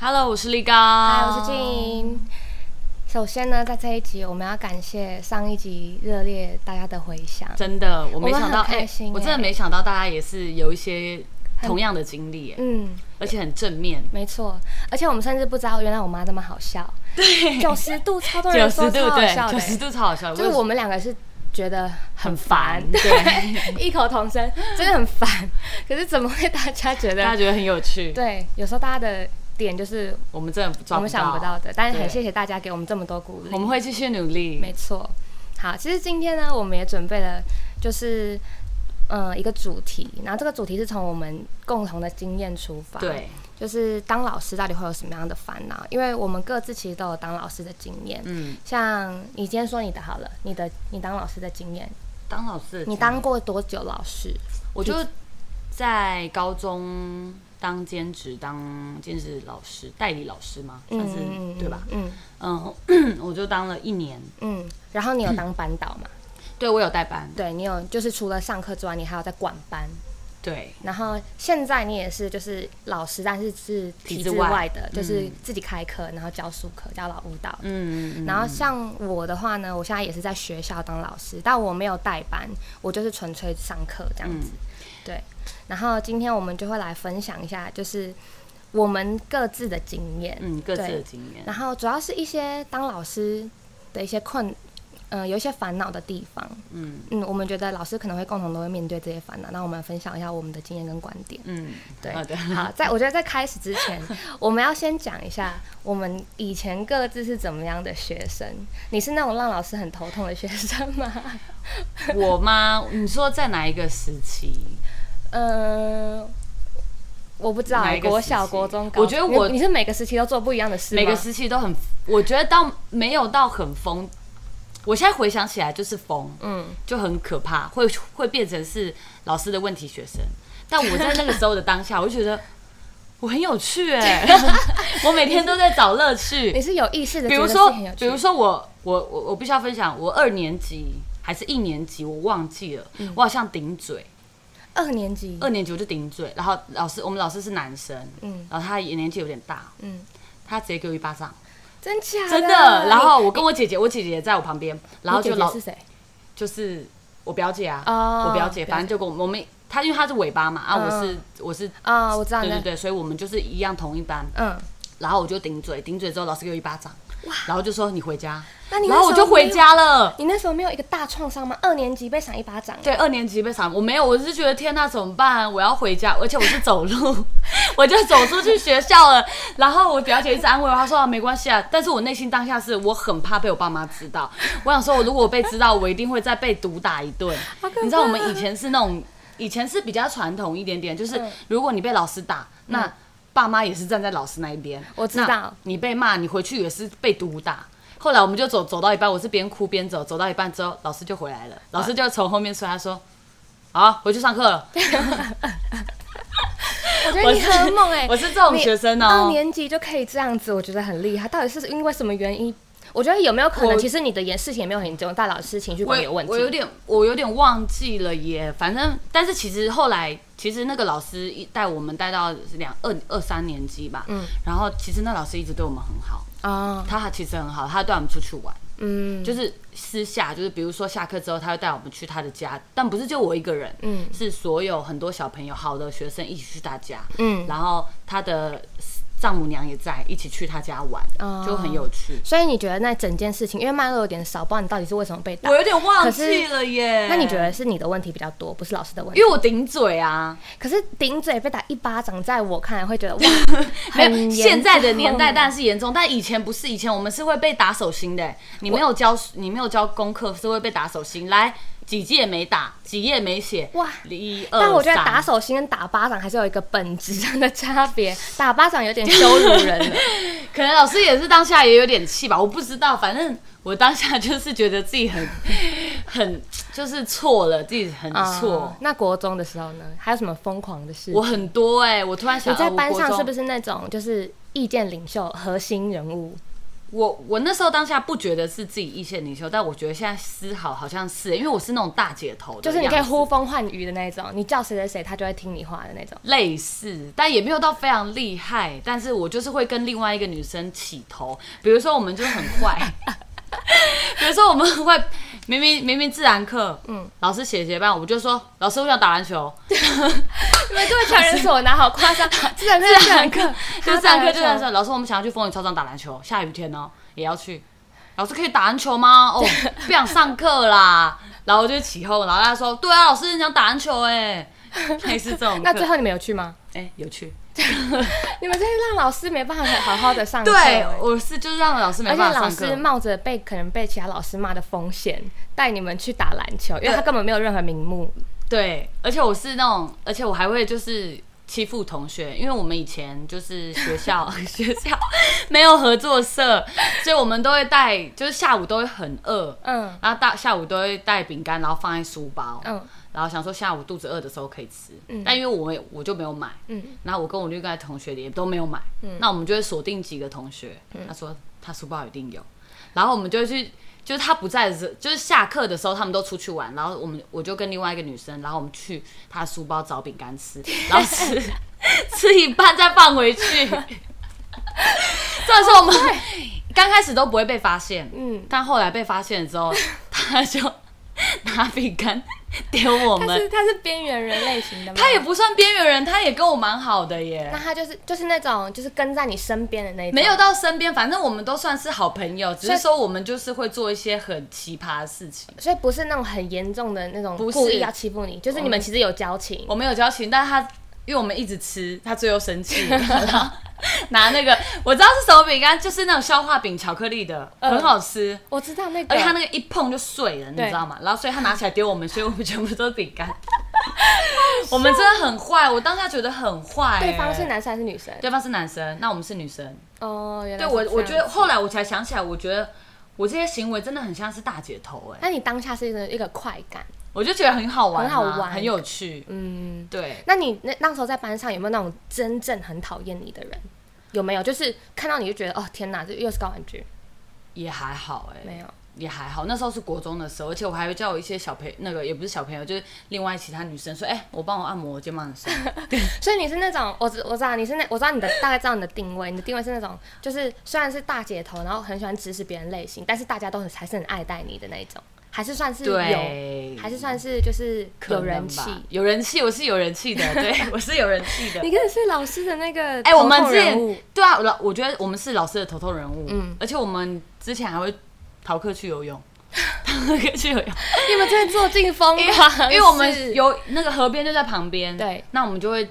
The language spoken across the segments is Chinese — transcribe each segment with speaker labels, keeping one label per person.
Speaker 1: Hello，我是力刚。
Speaker 2: 嗨，我是静。首先呢，在这一集我们要感谢上一集热烈大家的回响，
Speaker 1: 真的，我没
Speaker 2: 们
Speaker 1: 想到，
Speaker 2: 很开
Speaker 1: 哎、
Speaker 2: 心
Speaker 1: 我真的
Speaker 2: 哎
Speaker 1: 没想到大家也是有一些同样的经历、哎，
Speaker 2: 嗯，
Speaker 1: 而且很正面。
Speaker 2: 没错，而且我们甚至不知道原来我妈那么好笑，
Speaker 1: 对
Speaker 2: 九十度超多
Speaker 1: 九
Speaker 2: 人
Speaker 1: 十
Speaker 2: 说超
Speaker 1: 度，
Speaker 2: 好笑
Speaker 1: 对，
Speaker 2: 的、哎
Speaker 1: 九十度超好笑的。
Speaker 2: 就是我们两个是觉得
Speaker 1: 很烦，对，
Speaker 2: 对异口同声，真的很烦。 可是怎么会大家觉
Speaker 1: 大家
Speaker 2: 得？
Speaker 1: 觉得很有趣。
Speaker 2: 对，有时候大家的点就是
Speaker 1: 我们真的抓
Speaker 2: 我们想不到的，但是很
Speaker 1: 对
Speaker 2: 谢谢大家给我们这么多鼓励
Speaker 1: 我。们会继续努力。
Speaker 2: 没错。好，其实今天呢，我们也准备了，就是呃一个主题，然后这个主题是从我们共同的经验出发，，
Speaker 1: 对，
Speaker 2: 就是当老师到底会有什么样的烦恼？因为我们各自其实都有当老师的经验。
Speaker 1: 嗯，
Speaker 2: 像你今天说你的好了，你的你当老师的经验，
Speaker 1: 当老师的经
Speaker 2: 你
Speaker 1: 历，
Speaker 2: 当过多久老师？
Speaker 1: 我就在高中当兼职，当兼职老师、代理老师嘛，算是、对吧？？
Speaker 2: 嗯
Speaker 1: 嗯， 我就当了一年，
Speaker 2: 嗯，然后你有当班导嘛？
Speaker 1: 对我有代班，
Speaker 2: 对你有，就是除了上课之外，你还有在管班。
Speaker 1: 对
Speaker 2: 然后现在你也是就是老师，但是是体
Speaker 1: 体
Speaker 2: 制
Speaker 1: 制外
Speaker 2: 外的，就是自己开课，然后教数课，教老舞蹈。
Speaker 1: 嗯，嗯，
Speaker 2: 然后像我的话呢，我现在也是在学校当老师，但我没有带班，我就是纯粹上课这样
Speaker 1: 嗯
Speaker 2: 子。对。然后今天我们就会来分享一下，就是我们各自的经验。
Speaker 1: 嗯，各自的
Speaker 2: 对
Speaker 1: 经验，
Speaker 2: 然后主要是一些当老师的一些困，呃，有一些烦恼的地方。
Speaker 1: 嗯
Speaker 2: 嗯，我们觉得老师可能会共同都会面对这些烦恼，那我们分享一下我们的经验跟观点。
Speaker 1: 嗯，
Speaker 2: 对，
Speaker 1: 好的，
Speaker 2: 好，在我觉得在开始 之前，我们要先讲一下我们以前各自是怎么样的学生。你是那种让老师很头痛的学生吗？
Speaker 1: 我吗？你说在哪一个时 期？
Speaker 2: 嗯、我不知道欸
Speaker 1: 哪一，个
Speaker 2: 国
Speaker 1: 时
Speaker 2: 小、
Speaker 1: 期
Speaker 2: 国中、高
Speaker 1: 我觉得
Speaker 2: 中
Speaker 1: 我
Speaker 2: 你你是每个时期都做不一样的事吗？
Speaker 1: 每个时期都很，我觉得到没有到很疯。我现在回想起来就是疯，
Speaker 2: 嗯，
Speaker 1: 就很可怕，会会变成是老师的问题学生。但我在那个时候的当下，我就觉得我很有趣哎、 我每天都在找乐
Speaker 2: 你
Speaker 1: 趣。
Speaker 2: 是有意识的，
Speaker 1: 比如说
Speaker 2: 很有，
Speaker 1: 比
Speaker 2: 趣
Speaker 1: 如说我我我我必须要分享，我二年级还是一年级，我忘记了，我好像顶嘴，
Speaker 2: 二年级，
Speaker 1: 二年级我就顶嘴，然后老师我们老师是男生，
Speaker 2: 嗯
Speaker 1: 然后他也年纪有点大，
Speaker 2: 嗯，
Speaker 1: 他直接给我一巴掌，
Speaker 2: 真假
Speaker 1: 真的。然后我跟我姐姐，我姐姐也在我旁边，然后
Speaker 2: 你
Speaker 1: 就
Speaker 2: 姐姐
Speaker 1: 老
Speaker 2: 是谁？
Speaker 1: 就是我表姐啊，
Speaker 2: 哦
Speaker 1: 我表姐，反正就跟我我们，她因为她是尾巴嘛，啊，
Speaker 2: 嗯
Speaker 1: 我是我是，
Speaker 2: 啊、我知道
Speaker 1: 对
Speaker 2: 你在
Speaker 1: 对，对，所以我们就是一样同一班，
Speaker 2: 嗯，
Speaker 1: 然后我就顶嘴，顶嘴之后老师给我一巴掌，然后就说你回家，
Speaker 2: 那你那
Speaker 1: 然后我
Speaker 2: 时候
Speaker 1: 就回
Speaker 2: 没有
Speaker 1: 家了。
Speaker 2: 你那时候没有一个大创伤吗？二年级被赏一巴 掌，
Speaker 1: 对，二年级被赏，我没有，我是觉得天呐，怎么办？我要回家，而且我是走路， 我就走出去学校了。然后我表姐一直安慰我，她说、啊、没关系啊。但是我内心当下是我很怕被我爸妈知道，我想说，我如果被知道，我一定会再被毒打一顿。你知道我们以前是那种，以前是比较传统一点点，就是如果你被老师打，那爸妈也是站在老师那一边。
Speaker 2: 我知道
Speaker 1: 那你被骂，你回去也是被毒打。后来我们就走走到一半，我是边哭边走，走到一半之后，老师就回来了，老师就从后面说，他说：“好，回去上课 了。
Speaker 2: 我觉得你
Speaker 1: 我是
Speaker 2: 很猛哎、
Speaker 1: 我是这种学生哦
Speaker 2: 你二年级就可以这样子，我觉得很厉害。到底是因为什么原因？我觉得有没有可能，
Speaker 1: 我
Speaker 2: 其实你的严事情也没有很严重，但老师情绪
Speaker 1: 我
Speaker 2: 管理有问题。
Speaker 1: 我有点我有点忘记了耶，反正但是其实后来其实那个老师一带我们带到两二二三年级吧，嗯，然后其实那老师一直对我们很好，
Speaker 2: 啊，
Speaker 1: 他其实很好，他带我们出去玩，
Speaker 2: 嗯，
Speaker 1: 就是私下，就是比如说下课之后，他会带我们去他的家，但不是就我一个人，
Speaker 2: 嗯
Speaker 1: 是所有很多小朋友好的学生一起去他家，
Speaker 2: 嗯
Speaker 1: 然后他的丈母娘也在一起去他家玩，
Speaker 2: 哦
Speaker 1: 就很有趣。
Speaker 2: 所以你觉得那整件事情，因为脉络有点少，不知道你到底是为什么被打
Speaker 1: 我。有点忘
Speaker 2: 可是
Speaker 1: 记了耶。
Speaker 2: 那你觉？得是你的问题比较多，不是老师的问 题？
Speaker 1: 因为我顶嘴啊，
Speaker 2: 可是顶嘴被打一巴掌，在我看来会觉得哇，
Speaker 1: 没
Speaker 2: 很
Speaker 1: 有
Speaker 2: 严
Speaker 1: 现在的
Speaker 2: 重
Speaker 1: 年代当然是严重，但以前不是，以前我们是会被打手心的。你没有教，你没有教功课是会被打手心，来几页没打，几页没写，
Speaker 2: 哇
Speaker 1: 一二
Speaker 2: 但我觉得
Speaker 1: 三
Speaker 2: 打手心跟打巴掌还是有一个本质上的差别，打巴掌有点羞辱 人了。
Speaker 1: 可能老师也是当下也有点气吧，我不知道，反正我当下就是觉得自己很 很就是错了，自己很错。
Speaker 2: 啊那国中的时候呢，还有什么疯狂的事？
Speaker 1: 我很多哎、我突然
Speaker 2: 你
Speaker 1: 想，
Speaker 2: 在
Speaker 1: 哦
Speaker 2: 班上是不
Speaker 1: 是？
Speaker 2: 是那种就是意见领袖、核心人物？
Speaker 1: 我我我那时候当下不觉得是自己一线领袖，但我觉得现在丝毫好像是，欸因为我是那种大姐头的
Speaker 2: 就
Speaker 1: 样子，
Speaker 2: 是你可以呼风唤雨的那种，你叫谁谁谁，他就会听你话的那 种。
Speaker 1: 类似，但也没有到非常厉害，但是我就是会跟另外一个女生起头，比如说我们就很 坏，比如说我们很坏，明明明明自然课，嗯，老师写结伴，我就说老师我想打篮球，
Speaker 2: 你们各位强人所难，好 夸张！自然课，自然课，
Speaker 1: 就自然课就在说，老师我们想要去风雨操场打篮球，下雨天哦也要去，老师可以打篮球吗？哦，不想上课啦，然后我就起哄，然后他说对啊，老师你想打篮球 哎、类似这种课，
Speaker 2: 那最后你们有去吗？
Speaker 1: 哎、有趣。
Speaker 2: 你们真是让老师没办法好好的上课。欸
Speaker 1: 对，我是就是让老师没
Speaker 2: 而且
Speaker 1: 办法
Speaker 2: 老
Speaker 1: 上课，
Speaker 2: 师冒着被可能被其他老师骂的风险，带你们去打篮球，因为他根本没有任何名目。
Speaker 1: 对，而且我是那种，而且我还会就是欺负同学，因为我们以前就是学 校学校没有合作社，所以我们都会带，就是下午都会很饿，
Speaker 2: 嗯
Speaker 1: 然后大下午都会带饼干，然后放在书包，
Speaker 2: 嗯
Speaker 1: 然后想说下午肚子饿的时候可以吃，但因为我也我就没有买，
Speaker 2: 嗯，
Speaker 1: 然后我跟我另外一个同学也都没有买，那我们就会锁定几个同学，
Speaker 2: 嗯
Speaker 1: 他说他书包一定有，然后我们就会去，就是他不在的时候，就是下课的时候他们都出去玩，然后我们我就跟另外一个女生，然后我们去她的书包找饼干吃，然后 吃吃一半再放回去，这是我们刚开始都不会被发现，
Speaker 2: 嗯
Speaker 1: 但后来被发现了之 后，他就拿饼干丢我
Speaker 2: 他
Speaker 1: 们
Speaker 2: 是。他是边缘人类型的吗？
Speaker 1: 他也不算边缘人，他也跟我蛮好的耶。
Speaker 2: 那他就是就是那种就是跟在你身边的那种，
Speaker 1: 没有到身边，反正我们都算是好朋友，只
Speaker 2: 所
Speaker 1: 是
Speaker 2: 以
Speaker 1: 说我们就是会做一些很奇葩的事情。
Speaker 2: 所以不是那种很严重的那种
Speaker 1: 不是哦
Speaker 2: 故意要欺负你，就是你们其实有交情
Speaker 1: 我。们有交情，但是他因为我们一直吃，他最后生气，然 后拿那个我知道是什么饼干，就是那种消化饼，巧克力的，
Speaker 2: 嗯
Speaker 1: 很好吃。
Speaker 2: 我知道那个，
Speaker 1: 而且他那个一碰就碎了，你
Speaker 2: 对
Speaker 1: 知道吗？然后所以他拿起来丢我们，所以 我们全部都是饼干。我们真的很坏，我当下觉得很坏、
Speaker 2: 对方是，男生还是女生？
Speaker 1: 对方是男生，那我们是女生。
Speaker 2: 哦，原来
Speaker 1: 对
Speaker 2: 是
Speaker 1: 我
Speaker 2: 这，样
Speaker 1: 我觉得，后来我才想起来，我觉得我这些行为真的很像是大姐头哎、
Speaker 2: 那你当下是一个一个快感，
Speaker 1: 我就觉得很好玩、啊，
Speaker 2: 很好玩
Speaker 1: 很有趣。
Speaker 2: 嗯。
Speaker 1: 对，
Speaker 2: 那你那那时候在班上有没有那种真正很讨厌你的人？有没有？就是看到你就觉得哦天哪，这又是高玩具？
Speaker 1: 也还好哎、
Speaker 2: 没有，
Speaker 1: 也还好。那时候是国中的时候，而且我还会叫我一些小朋那个也不是小朋友，就是另外其他女生说：“哎、我帮我按摩我肩膀的时候。
Speaker 2: 所以你是那种我知我知道你是那我知道你的大概知道你的定位，你的定位是那种就是虽然是大姐头，然后很喜欢指使别人类型，但是大家都很还是很爱戴你的那一种，还是算是 有，
Speaker 1: 对，
Speaker 2: 还是算是就是
Speaker 1: 可
Speaker 2: 有
Speaker 1: 能
Speaker 2: 人
Speaker 1: 吧
Speaker 2: 气。
Speaker 1: 有人气，我是有人气 的，对我是有人气的。
Speaker 2: 你可以是老师的那个
Speaker 1: 哎、我们
Speaker 2: 头痛
Speaker 1: 之
Speaker 2: 人物
Speaker 1: 前对啊，老我觉得我们是老师的头头人物，
Speaker 2: 嗯
Speaker 1: 而且我们之前还会逃课去游 泳，逃课去游泳，
Speaker 2: 你们真的做进风
Speaker 1: 因为
Speaker 2: 吗？
Speaker 1: 因为我们
Speaker 2: 是
Speaker 1: 有那个河边就在旁边，
Speaker 2: 对，
Speaker 1: 那我们就会。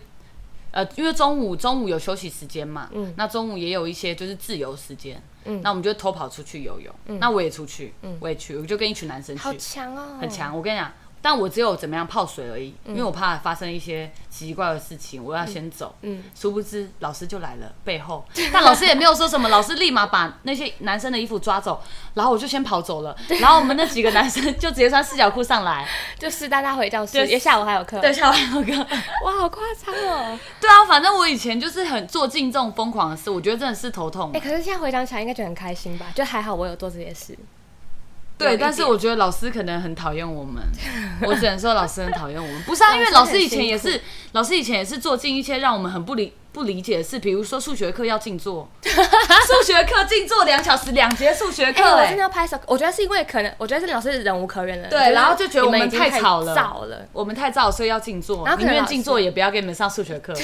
Speaker 1: 呃，因为中午中午有休息时间嘛，
Speaker 2: 嗯
Speaker 1: 那中午也有一些就是自由时间，
Speaker 2: 嗯
Speaker 1: 那我们就偷跑出去游泳，那我也出去，我也去，我就跟一群男生去，
Speaker 2: 好强哦，
Speaker 1: 很强。我跟你讲，但我只有怎么样泡水而已，因为我怕发生一些奇奇怪的事情，我要先走。
Speaker 2: 嗯
Speaker 1: 殊不知老师就来了，背后，但老师也没有说什么，老师立马把那些男生的衣服抓走，然后我就先跑走了，然后我们那几个男生就直接穿四角裤上 来，
Speaker 2: 就是大家回教室，
Speaker 1: 就
Speaker 2: 因
Speaker 1: 是
Speaker 2: 为下午还有课。
Speaker 1: 对，，下完有个。
Speaker 2: 哇，好夸张哦！
Speaker 1: 对啊，反正我以前就是很做尽这种疯狂的事，我觉得真的是头痛。
Speaker 2: 哎、可是现在回想起来，应该觉得很开心吧？就还好我有做这些事。有
Speaker 1: 对，
Speaker 2: 一
Speaker 1: 但是
Speaker 2: 点
Speaker 1: 我觉得老师可能很讨厌我 们，我只能说老师很讨厌我们。不是啊，因为老师以前也
Speaker 2: 老
Speaker 1: 是，老师以前也是做尽一些让我们很不理不理解的事，比如说数学课要静 坐，数学课静坐两小时，两节数学
Speaker 2: 哎、
Speaker 1: 课、
Speaker 2: 我
Speaker 1: 哎
Speaker 2: 真的要拍手，我觉得是因为可能，我觉得是老师忍无可忍了，
Speaker 1: 对然后就觉得我
Speaker 2: 你
Speaker 1: 们
Speaker 2: 们已经
Speaker 1: 太吵了
Speaker 2: 了，燥了。
Speaker 1: 我们太早，所以要静坐
Speaker 2: 然，后可
Speaker 1: 宁
Speaker 2: 能
Speaker 1: 愿
Speaker 2: 老
Speaker 1: 静
Speaker 2: 师
Speaker 1: 坐也不要给你们上数 学课。
Speaker 2: 可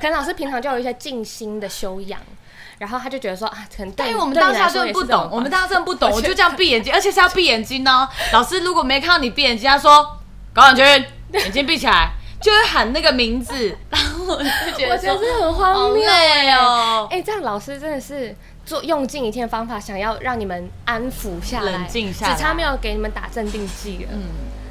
Speaker 2: 能老师平常就有一些静心的修养，然后他就觉得说啊，可能对
Speaker 1: 但
Speaker 2: 你，
Speaker 1: 因为我们
Speaker 2: 对你
Speaker 1: 当下
Speaker 2: 来说
Speaker 1: 真的
Speaker 2: 也
Speaker 1: 不
Speaker 2: 是这种
Speaker 1: 懂，我
Speaker 2: 方
Speaker 1: 们
Speaker 2: 式
Speaker 1: 当下真的不懂，我就这样闭眼睛，而且是要闭眼睛哦。老师如果没看到你闭眼睛，他说高晓娟眼睛闭起来，就会喊那个名字，然后我就觉
Speaker 2: 我
Speaker 1: 得
Speaker 2: 觉得
Speaker 1: 说
Speaker 2: 这很
Speaker 1: 好
Speaker 2: 荒谬
Speaker 1: 累哦，
Speaker 2: 哎、这样老师真的是做用尽一切方法，想要让你们安抚下来，
Speaker 1: 冷静下来嗯
Speaker 2: 只差没有给你们打镇定剂了。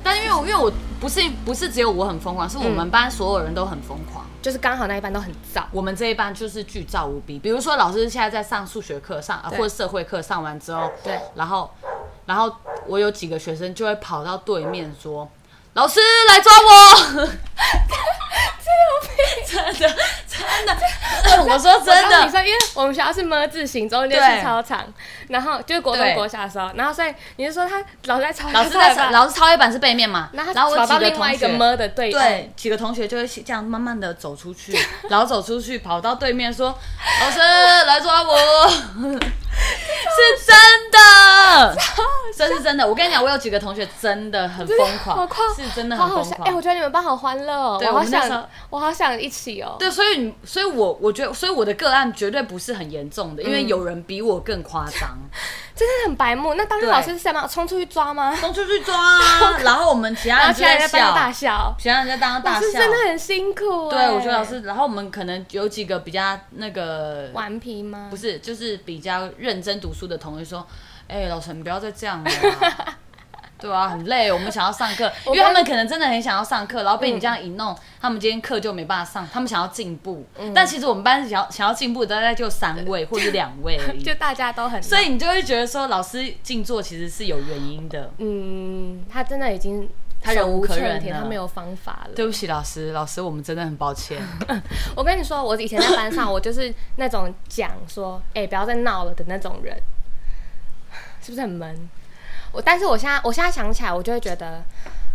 Speaker 1: 但因为我因为我不是不是只有我很疯狂，是我们班所有人都很疯狂。
Speaker 2: 就是刚好那一班都很燥，
Speaker 1: 我们这一班就是巨躁无比。比如说，老师现在在上数学课上，啊、
Speaker 2: 对
Speaker 1: 或者社会课上完之后，
Speaker 2: 对
Speaker 1: 然后，然后我有几个学生就会跑到对面说：“ 老师来抓我！”真的，真我说真
Speaker 2: 我告诉你
Speaker 1: 的，
Speaker 2: 说，因为我们学校是么字形中间
Speaker 1: 对
Speaker 2: 是操场，然后就是国
Speaker 1: 对
Speaker 2: 中国小的时候，然后所以你是说他老师在抄
Speaker 1: 老
Speaker 2: 他
Speaker 1: 师
Speaker 2: 抄黑
Speaker 1: 在
Speaker 2: 板，
Speaker 1: 老师抄黑板是背面嘛，
Speaker 2: 然后
Speaker 1: 然后我
Speaker 2: 找
Speaker 1: 几
Speaker 2: 到
Speaker 1: 个
Speaker 2: 另外
Speaker 1: 同
Speaker 2: 一个
Speaker 1: 学。
Speaker 2: 么的对岸，
Speaker 1: 对，几个同学就会这样慢慢的走出 去，然后走出去跑到对面说：“老师来抓 我！”是真的，这是真的。我跟你讲，我有几个同学真的很疯
Speaker 2: 好
Speaker 1: 狂
Speaker 2: 狂，，
Speaker 1: 是真的
Speaker 2: 好
Speaker 1: 很
Speaker 2: 好
Speaker 1: 疯
Speaker 2: 笑。
Speaker 1: 狂。
Speaker 2: 哎，我觉得你们班好欢乐哦，
Speaker 1: 对
Speaker 2: 我
Speaker 1: 我
Speaker 2: 好
Speaker 1: 们那时候
Speaker 2: 想，我好想一起哦。
Speaker 1: 对，所以你，所以我我觉得，所以我的个案绝对不是很严重的，因
Speaker 2: 嗯
Speaker 1: 为有人比我更夸 张，
Speaker 2: 真的很白目。那当时
Speaker 1: 对
Speaker 2: 老师是干嘛？冲出去抓吗？
Speaker 1: 冲出去抓啊，然后我们其
Speaker 2: 然
Speaker 1: 他
Speaker 2: 后
Speaker 1: 人
Speaker 2: 其
Speaker 1: 就
Speaker 2: 他人
Speaker 1: 在
Speaker 2: 在班上大
Speaker 1: 笑，
Speaker 2: 笑，
Speaker 1: 其他人在当
Speaker 2: 老
Speaker 1: 大
Speaker 2: 师
Speaker 1: 笑。
Speaker 2: 真的很辛苦哎。
Speaker 1: 对，我觉得老师，然后我们可能有几个比较那个，
Speaker 2: 顽皮吗？
Speaker 1: 不是，就是比较认真读书的同学说，哎、老陈不要再这样了啊。 对啊，很累，我们想要上课，因为
Speaker 2: 刚
Speaker 1: 他们可能真的很想要上课，然后被你
Speaker 2: 嗯
Speaker 1: 这样一弄，他们今天课就没办法上，他们想要进步，
Speaker 2: 嗯
Speaker 1: 但其实我们班想要想要进步的大概就三位或者两位而已，
Speaker 2: 就大家都很，
Speaker 1: 所以你就会觉得说，老师静坐其实是有原因的。
Speaker 2: 嗯，他真的已经
Speaker 1: 他忍
Speaker 2: 手
Speaker 1: 无可
Speaker 2: 寸
Speaker 1: 忍
Speaker 2: 铁
Speaker 1: 了
Speaker 2: 他没有方法了。
Speaker 1: 对不起，老师，老师，我们真的很抱 歉。
Speaker 2: 我跟你说，我以前在 班上，我就是那种讲说，哎、不要再闹了的那种人，是不是很闷？我，但是我现在，我现在想起来，我就会觉得，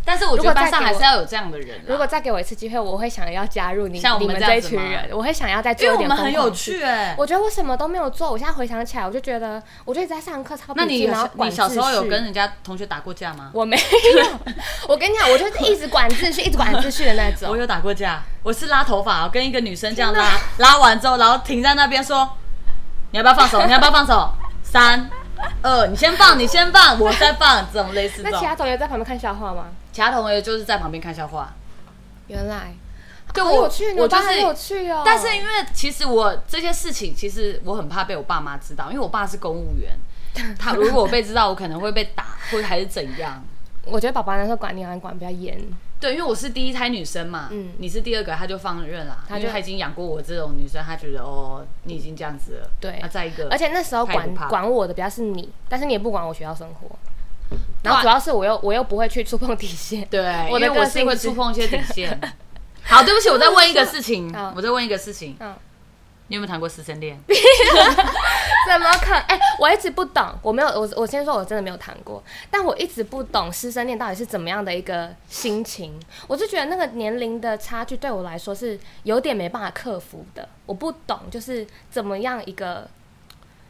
Speaker 1: 但是我觉
Speaker 2: 如果
Speaker 1: 得班
Speaker 2: 再
Speaker 1: 上
Speaker 2: 给
Speaker 1: 还
Speaker 2: 我
Speaker 1: 是要有这样的人
Speaker 2: 如
Speaker 1: 啊，
Speaker 2: 果再给我一次机会，我会想要加入你
Speaker 1: 像我
Speaker 2: 你
Speaker 1: 们
Speaker 2: 们
Speaker 1: 这样
Speaker 2: 这一
Speaker 1: 子
Speaker 2: 群
Speaker 1: 吗
Speaker 2: 人，我会想要再做
Speaker 1: 因为
Speaker 2: 一
Speaker 1: 我
Speaker 2: 点
Speaker 1: 们
Speaker 2: 疯
Speaker 1: 很
Speaker 2: 狂
Speaker 1: 有
Speaker 2: 的事
Speaker 1: 趣哎、
Speaker 2: 我觉得我什么都没有做，我现在回想起来，我就觉得，我就一直在上课抄笔
Speaker 1: 那
Speaker 2: 记，
Speaker 1: 你
Speaker 2: 然后管
Speaker 1: 你小时候
Speaker 2: 秩
Speaker 1: 有
Speaker 2: 序
Speaker 1: 跟人家同学打过架吗？
Speaker 2: 我没有， 我跟你讲，我就是一直管秩序，一直管秩序的那种
Speaker 1: 我。有打过架，我是拉头发，我跟一个女生这样拉，拉完之后，然后停在那边说：“你要不要放手？你要不要放 手？”三二，你先放，你先放，我再放，这种类似这
Speaker 2: 那
Speaker 1: 种
Speaker 2: 其。他同学在旁边看笑话吗？
Speaker 1: 其他同学就是在旁边看笑话。
Speaker 2: 原来，
Speaker 1: 对
Speaker 2: 好
Speaker 1: 我，
Speaker 2: 哦有趣，你
Speaker 1: 我就
Speaker 2: 们班
Speaker 1: 是
Speaker 2: 很有趣哦。
Speaker 1: 但是因为其实我这些事情，其实我很怕被我爸妈知道，因为我爸是公务员，他如果我被知道，我可能会被打，或者还是怎样。
Speaker 2: 我觉得爸爸那时候管你好像管比较严，
Speaker 1: 对，因为我是第一胎女生嘛，
Speaker 2: 嗯
Speaker 1: 你是第二个，他就放任啦，
Speaker 2: 他
Speaker 1: 他
Speaker 2: 就
Speaker 1: 就他已经养过我这种女生，他觉得哦，你已经这样子了，
Speaker 2: 对
Speaker 1: 那啊再一个，
Speaker 2: 而且那时候
Speaker 1: 太
Speaker 2: 管
Speaker 1: 不怕
Speaker 2: 管我的比较是你，但是你也不管我学校生活。然
Speaker 1: 哇
Speaker 2: 后主要是我又我又不会去触碰底线，
Speaker 1: 对，
Speaker 2: 我的
Speaker 1: 因为我
Speaker 2: 个
Speaker 1: 是
Speaker 2: 性
Speaker 1: 会
Speaker 2: 是
Speaker 1: 触碰一些底线。 好，对不起，我再问一个事情
Speaker 2: 好，
Speaker 1: 我再问一个事情，
Speaker 2: 嗯，
Speaker 1: 你有没有谈过师生恋？
Speaker 2: 怎么可能？哎、我一直不懂，我没有，我我先说，我真的没有谈过，但我一直不懂师生恋到底是怎么样的一个心情。我就觉得那个年龄的差距对我来说是有点没办法克服的，我不懂，就是怎么样一个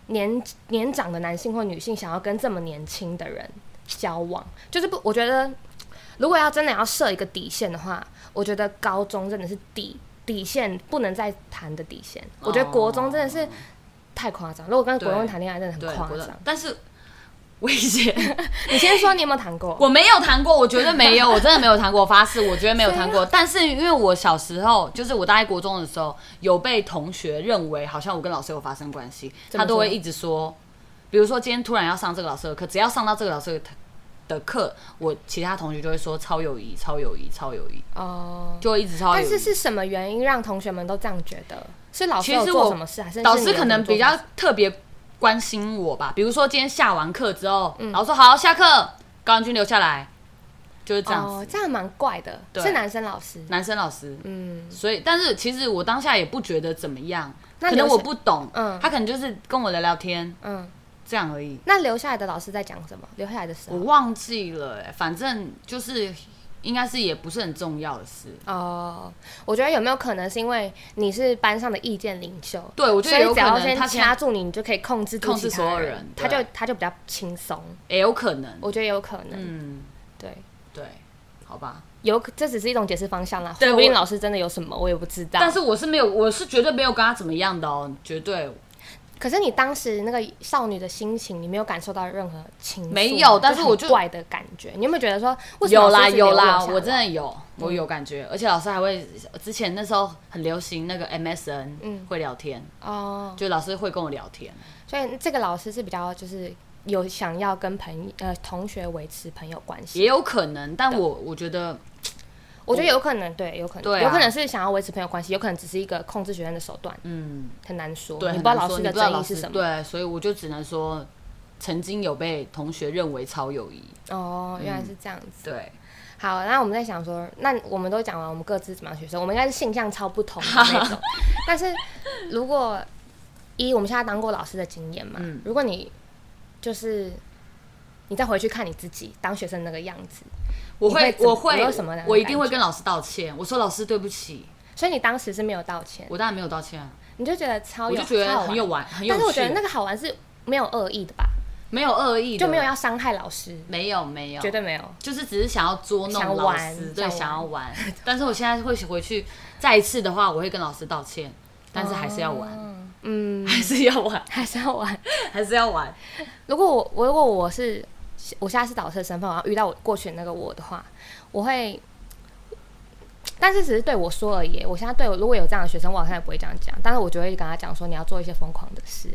Speaker 2: 年年长的男性或女性想要跟这么年轻的人交往，就是不，我觉得如果要真的要设一个底线的话，我觉得高中真的是底底线，不能再谈的底线。我觉得国中真的是太夸张，如果跟国中
Speaker 1: 对
Speaker 2: 谈恋爱真的
Speaker 1: 对，
Speaker 2: 很夸
Speaker 1: 我
Speaker 2: 张。
Speaker 1: 但是我以前
Speaker 2: 你先说你有没有谈过？
Speaker 1: 我没有谈过，我绝对没有，我真的没有谈过，我发誓，我绝对没有 谈过。但是因为我小时候，就是我大概国中的时候，有被同学认为好像我跟老师有发生关系，
Speaker 2: 怎么
Speaker 1: 他都会
Speaker 2: 说
Speaker 1: 一直说，比如说今天突然要上这个老师的课，只要上到这个老师的的课，我其他同学就会说超友谊，超友谊，超友谊，
Speaker 2: 哦，
Speaker 1: 就会一直超友谊。
Speaker 2: 但是是什么原因让同学们都这样觉得？是老师
Speaker 1: 其
Speaker 2: 有
Speaker 1: 实
Speaker 2: 做
Speaker 1: 我
Speaker 2: 什么事，还是
Speaker 1: 导
Speaker 2: 是
Speaker 1: 师
Speaker 2: 你
Speaker 1: 可能
Speaker 2: 有做
Speaker 1: 比
Speaker 2: 什么
Speaker 1: 较特别关心我吧，比如说今天下完课之后，
Speaker 2: 嗯
Speaker 1: 老师说好下课，高安君留下来，就是
Speaker 2: 事
Speaker 1: 这样子。
Speaker 2: 哦，这样蛮怪的。
Speaker 1: 对
Speaker 2: 是男生老师，
Speaker 1: 男生老师，
Speaker 2: 嗯，
Speaker 1: 所以但是其实我当下也不觉得怎么样，
Speaker 2: 那
Speaker 1: 可
Speaker 2: 留
Speaker 1: 能
Speaker 2: 下
Speaker 1: 我不懂，
Speaker 2: 嗯
Speaker 1: 他可能就是跟我聊聊天
Speaker 2: 嗯，
Speaker 1: 这样而已，
Speaker 2: 那留下来的老师在讲什么？留下来的时
Speaker 1: 我
Speaker 2: 候，
Speaker 1: 忘记了、欸，反正就是应该是也不是很重要的事。
Speaker 2: 哦，我觉得有没有可能是因为你是班上的意见领袖？
Speaker 1: 对，我觉
Speaker 2: 所
Speaker 1: 得有
Speaker 2: 以只
Speaker 1: 可
Speaker 2: 要
Speaker 1: 能
Speaker 2: 先
Speaker 1: 他现
Speaker 2: 掐
Speaker 1: 在
Speaker 2: 住你，你就可以控制住
Speaker 1: 控制
Speaker 2: 其他
Speaker 1: 所有
Speaker 2: 人
Speaker 1: 人，
Speaker 2: 他就
Speaker 1: 对
Speaker 2: 他就比较轻松。
Speaker 1: 也哎有可能，
Speaker 2: 我觉得有可能，
Speaker 1: 嗯，
Speaker 2: 对，
Speaker 1: 对，好吧。
Speaker 2: 有可这只是一种解释方向啦，
Speaker 1: 对
Speaker 2: 说不定
Speaker 1: 我
Speaker 2: 老师真的有什么，我也不知道。
Speaker 1: 但是我是没有，我是绝对没有跟他怎么样的哦，绝对
Speaker 2: 可是你当时那个少女的心情，你没有感受到任何情愫吗，
Speaker 1: 没有但是
Speaker 2: 很
Speaker 1: 我就
Speaker 2: 怪的感觉。你有没有觉得说，为什么
Speaker 1: 有
Speaker 2: 老
Speaker 1: 啦
Speaker 2: 师一直留
Speaker 1: 有啦，
Speaker 2: 下
Speaker 1: 我真
Speaker 2: 来
Speaker 1: 的有，
Speaker 2: 嗯
Speaker 1: 我有感觉，而且老师还会，之前那时候很流行那个 MSN，
Speaker 2: 嗯
Speaker 1: 会聊天，
Speaker 2: 哦，
Speaker 1: 就老师会跟我聊天，
Speaker 2: 所以这个老师是比较就是有想要跟朋呃同学维持朋友关系，
Speaker 1: 也有可能，但我我觉得
Speaker 2: 我觉得有可能对，有可能
Speaker 1: 对啊
Speaker 2: 有可能是想要维持朋友关系，有可能只是一个控制学生的手段，
Speaker 1: 嗯，
Speaker 2: 很难说，
Speaker 1: 对，
Speaker 2: 你
Speaker 1: 很
Speaker 2: 不知
Speaker 1: 难
Speaker 2: 道老
Speaker 1: 说
Speaker 2: 师
Speaker 1: 你
Speaker 2: 的
Speaker 1: 不知道
Speaker 2: 争
Speaker 1: 老
Speaker 2: 议
Speaker 1: 师
Speaker 2: 是什么。
Speaker 1: 对，所以我就只能说，曾经有被同学认为超友谊，
Speaker 2: 哦，原来是这样子。
Speaker 1: 对，
Speaker 2: 好，那我们在想说，那我们都讲完我们各自怎么样学生，我们应该是性向超不同的那种。但是如果一我们现在当过老师的经验嘛，
Speaker 1: 嗯
Speaker 2: 如果你就是你再回去看你自己当学生那个样子，
Speaker 1: 我会
Speaker 2: 你会怎么
Speaker 1: 我会
Speaker 2: 你有什么呢
Speaker 1: 我一定会跟老师道歉。我说老师对不起，
Speaker 2: 所以你当时是没有道歉，
Speaker 1: 我当然没有道歉啊，
Speaker 2: 你就觉得超
Speaker 1: 我
Speaker 2: 哦有
Speaker 1: 就觉
Speaker 2: 超
Speaker 1: 得
Speaker 2: 好
Speaker 1: 很有玩，很有
Speaker 2: 但
Speaker 1: 趣，
Speaker 2: 是我觉得那个好玩是没有恶意的吧，
Speaker 1: 没有恶意的，
Speaker 2: 就没有要伤害老师，
Speaker 1: 没有没有
Speaker 2: 绝对没有。
Speaker 1: 就是只是想要捉
Speaker 2: 想
Speaker 1: 弄老
Speaker 2: 玩
Speaker 1: 师，
Speaker 2: 想
Speaker 1: 对，
Speaker 2: 玩
Speaker 1: 想要玩。但是我现在会回去再一次的话，我会跟老师道歉，但是还是要玩，
Speaker 2: 嗯，
Speaker 1: 还是要玩，
Speaker 2: 还是要玩。
Speaker 1: 还是要玩。
Speaker 2: 如果我我如果我是我现在是导师的身份，然后遇到我过去的那个我的话，我会，但是只是对我说而已。我现在对我如果有这样的学生，我好像也不会这样讲，但是我就会跟他讲说，你要做一些疯狂的事。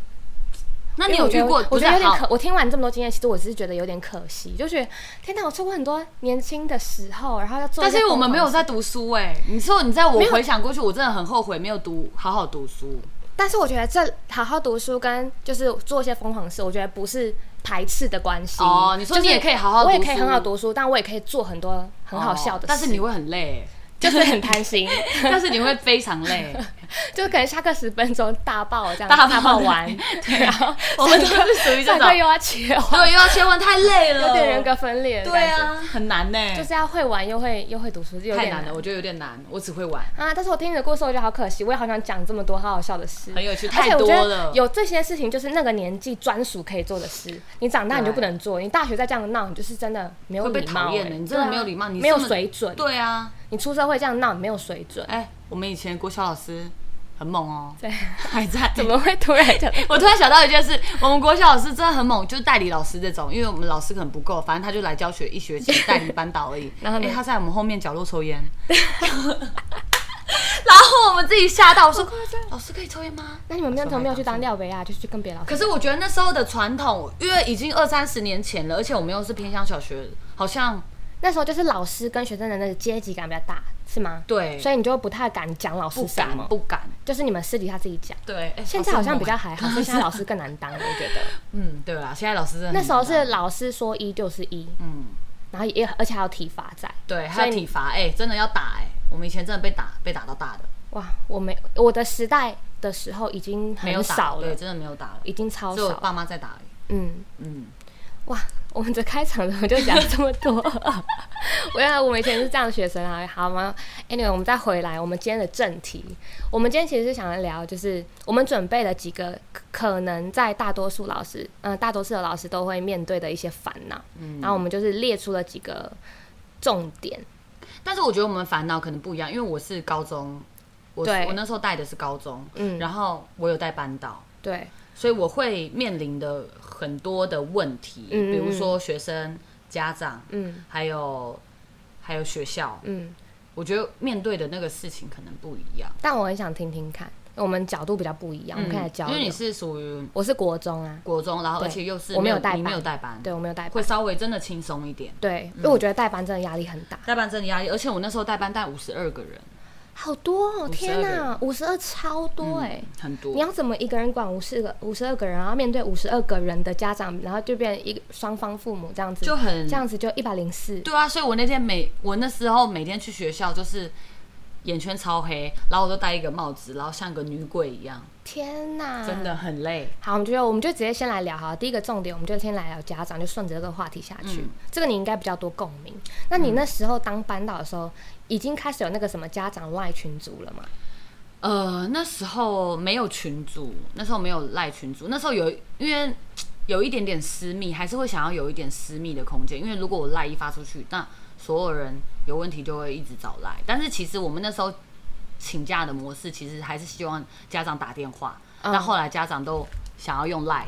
Speaker 1: 那你有遇
Speaker 2: 因为
Speaker 1: 过
Speaker 2: 我觉
Speaker 1: 不是
Speaker 2: 得？我觉得有点
Speaker 1: 好
Speaker 2: 可。我听完这么多经验，其实我只是觉得有点可惜，就觉得天哪，我错过很多年轻的时候，然后要做一
Speaker 1: 但
Speaker 2: 些疯狂的事。
Speaker 1: 是我们没有在读书哎、你说你在我
Speaker 2: 没有
Speaker 1: 回想过去，我真的很后悔没有读好好读书。
Speaker 2: 但是我觉得这好好读书跟就是做一些疯狂事，我觉得不是排斥的关系。
Speaker 1: 哦你说
Speaker 2: 就是
Speaker 1: 你也可以好好
Speaker 2: 我也
Speaker 1: 读
Speaker 2: 可以
Speaker 1: 书
Speaker 2: 很好读书，但我也可以做很多很好笑
Speaker 1: 哦
Speaker 2: 的事。
Speaker 1: 但是你会很 累、
Speaker 2: 就是很 贪心，
Speaker 1: 但是你会非常 累。
Speaker 2: 就是可能下课十分钟大爆这样
Speaker 1: 大爆啊
Speaker 2: 爆 玩，对，然后
Speaker 1: 我们都是属于这
Speaker 2: 上
Speaker 1: 种
Speaker 2: 课又要切换，
Speaker 1: 对，又要切换，太累了，
Speaker 2: 有点人格分裂。
Speaker 1: 对，啊，很难呢、
Speaker 2: 就是要会玩又会又会读书，有
Speaker 1: 太
Speaker 2: 点
Speaker 1: 难了，我觉得有点难，我只会玩。
Speaker 2: 啊！但是我听你的故事，我觉得好可惜，我也好想讲这么多好好笑的事，
Speaker 1: 很有趣
Speaker 2: 而
Speaker 1: 太
Speaker 2: 且我觉
Speaker 1: 多
Speaker 2: 得
Speaker 1: 了
Speaker 2: 有这些事情就是那个年纪专属可以做的事，你长大你就
Speaker 1: 对
Speaker 2: 不能做，你大学再这样闹，你就是真的没有
Speaker 1: 会被
Speaker 2: 礼貌
Speaker 1: 讨厌的，
Speaker 2: 欸
Speaker 1: 你真的
Speaker 2: 对啊
Speaker 1: 没有礼貌，你
Speaker 2: 没有
Speaker 1: 这么
Speaker 2: 水准，
Speaker 1: 对啊，
Speaker 2: 你出社会这样闹，你没有水准，
Speaker 1: 哎，我们以前国小老师很猛哦，
Speaker 2: 对，
Speaker 1: 还在。
Speaker 2: 怎么会突然讲？
Speaker 1: 我突然想到一件事，我们国小老师真的很猛，就是代理老师这种，因为我们老师可能不够，反正他就来教学一学期，代理班导而已。
Speaker 2: 然后呢
Speaker 1: 哎他在我们后面角落抽烟， 然后我们自己吓到，我说老师可以抽烟吗？
Speaker 2: 那你们为什么没有去当廖啊维亚，就是去跟别的老师
Speaker 1: 可？是我觉得那时候的传统，因为已经二三十年前了，而且我们又是偏乡小学，好像
Speaker 2: 那时候就是老师跟学生的那个阶级感比较大，是吗？
Speaker 1: 对，
Speaker 2: 所以你就不太敢讲老
Speaker 1: 不
Speaker 2: 师什
Speaker 1: 敢
Speaker 2: 么，
Speaker 1: 不敢。
Speaker 2: 就是你们私底下自己讲。
Speaker 1: 对，哎
Speaker 2: 现在好像比较
Speaker 1: 老师
Speaker 2: 还好，所以现在老师更难当，我觉得。
Speaker 1: 很猛嗯，对啦，现在老师真的很
Speaker 2: 那时候
Speaker 1: 难
Speaker 2: 是老师说一就是一，
Speaker 1: 当嗯，
Speaker 2: 然后也而且还有体罚在。
Speaker 1: 对，还
Speaker 2: 所以
Speaker 1: 有
Speaker 2: 你
Speaker 1: 体罚，哎、真的要打哎、我们以前真的被打，被打到大的，
Speaker 2: 哇，我没我的时代的时候已经
Speaker 1: 没有
Speaker 2: 很
Speaker 1: 打
Speaker 2: 少
Speaker 1: 对，
Speaker 2: 了，
Speaker 1: 真的没有打了，
Speaker 2: 已经超
Speaker 1: 只有
Speaker 2: 少了。
Speaker 1: 爸妈在打而已。
Speaker 2: 嗯，
Speaker 1: 嗯，
Speaker 2: 哇，我们这开场怎么就讲这么多？ 我原来我们以前是这样的学生啊，好吗？Anyway，我们再回来我们今天的正题。我们今天其实是想要聊，就是我们准备了几个可可能在大多数老师，嗯、大多数的老师都会面对的一些烦恼。嗯，然后我们就是列出了几个重点。
Speaker 1: 但是我觉得我们烦恼可能不一样，因为我是高中，我
Speaker 2: 对
Speaker 1: 我那时候带的是高中，
Speaker 2: 嗯，
Speaker 1: 然后我有带班导，
Speaker 2: 对，
Speaker 1: 所以我会面临的很多的问题，
Speaker 2: 嗯嗯
Speaker 1: 比如说学生、家长，
Speaker 2: 嗯
Speaker 1: 还有还有学校，
Speaker 2: 嗯，
Speaker 1: 我觉得面对的那个事情可能不一样。嗯
Speaker 2: 但我很想听听看，我们角度比较不一样，我们可以来嗯交
Speaker 1: 因为
Speaker 2: 流。
Speaker 1: 你是属于
Speaker 2: 我是国中啊，
Speaker 1: 国中，然后
Speaker 2: 对
Speaker 1: 而且又是
Speaker 2: 我没有
Speaker 1: 有
Speaker 2: 代
Speaker 1: 你没
Speaker 2: 班
Speaker 1: 有代班，
Speaker 2: 对我没有代
Speaker 1: 会
Speaker 2: 班，
Speaker 1: 稍微真的轻松一点。
Speaker 2: 对，嗯因为我觉得代班真的压力很大。
Speaker 1: 代班真的压力，而且我那时候代班带五十二个人，
Speaker 2: 好多哦！天
Speaker 1: 个人
Speaker 2: 哪，五十二超多哎、
Speaker 1: 嗯很
Speaker 2: 你
Speaker 1: 多。
Speaker 2: 要怎么一个人管五十个、五十二个人，然后面对五十二个人的家长，然后就变成一个双方父母这样子，
Speaker 1: 就很
Speaker 2: 这样子就一百零四。
Speaker 1: 对啊，所以我那天每我那时候每天去学校就是眼圈超黑，然后我都戴一个帽子，然后像个女鬼一样，
Speaker 2: 天哪，
Speaker 1: 真。的很累。
Speaker 2: 好，我们就我们就直接先来聊哈。第一个重点，我们就先来聊家长，就顺着这个话题下去。
Speaker 1: 嗯
Speaker 2: 这个你应该比较多共鸣。那你那时候当班导的时候，已经开始有那个什么家长赖群组了吗？
Speaker 1: 呃，那时候没有群组，那时候没有赖群组，那时候有因为有一点点私密，还是会想要有一点私密的空间，因为如果我赖一发出去，那所有人有问题就会一直找赖。但是其实我们那时候请假的模式，其实还是希望家长打电话，
Speaker 2: 嗯
Speaker 1: 但后来家长都想要用赖，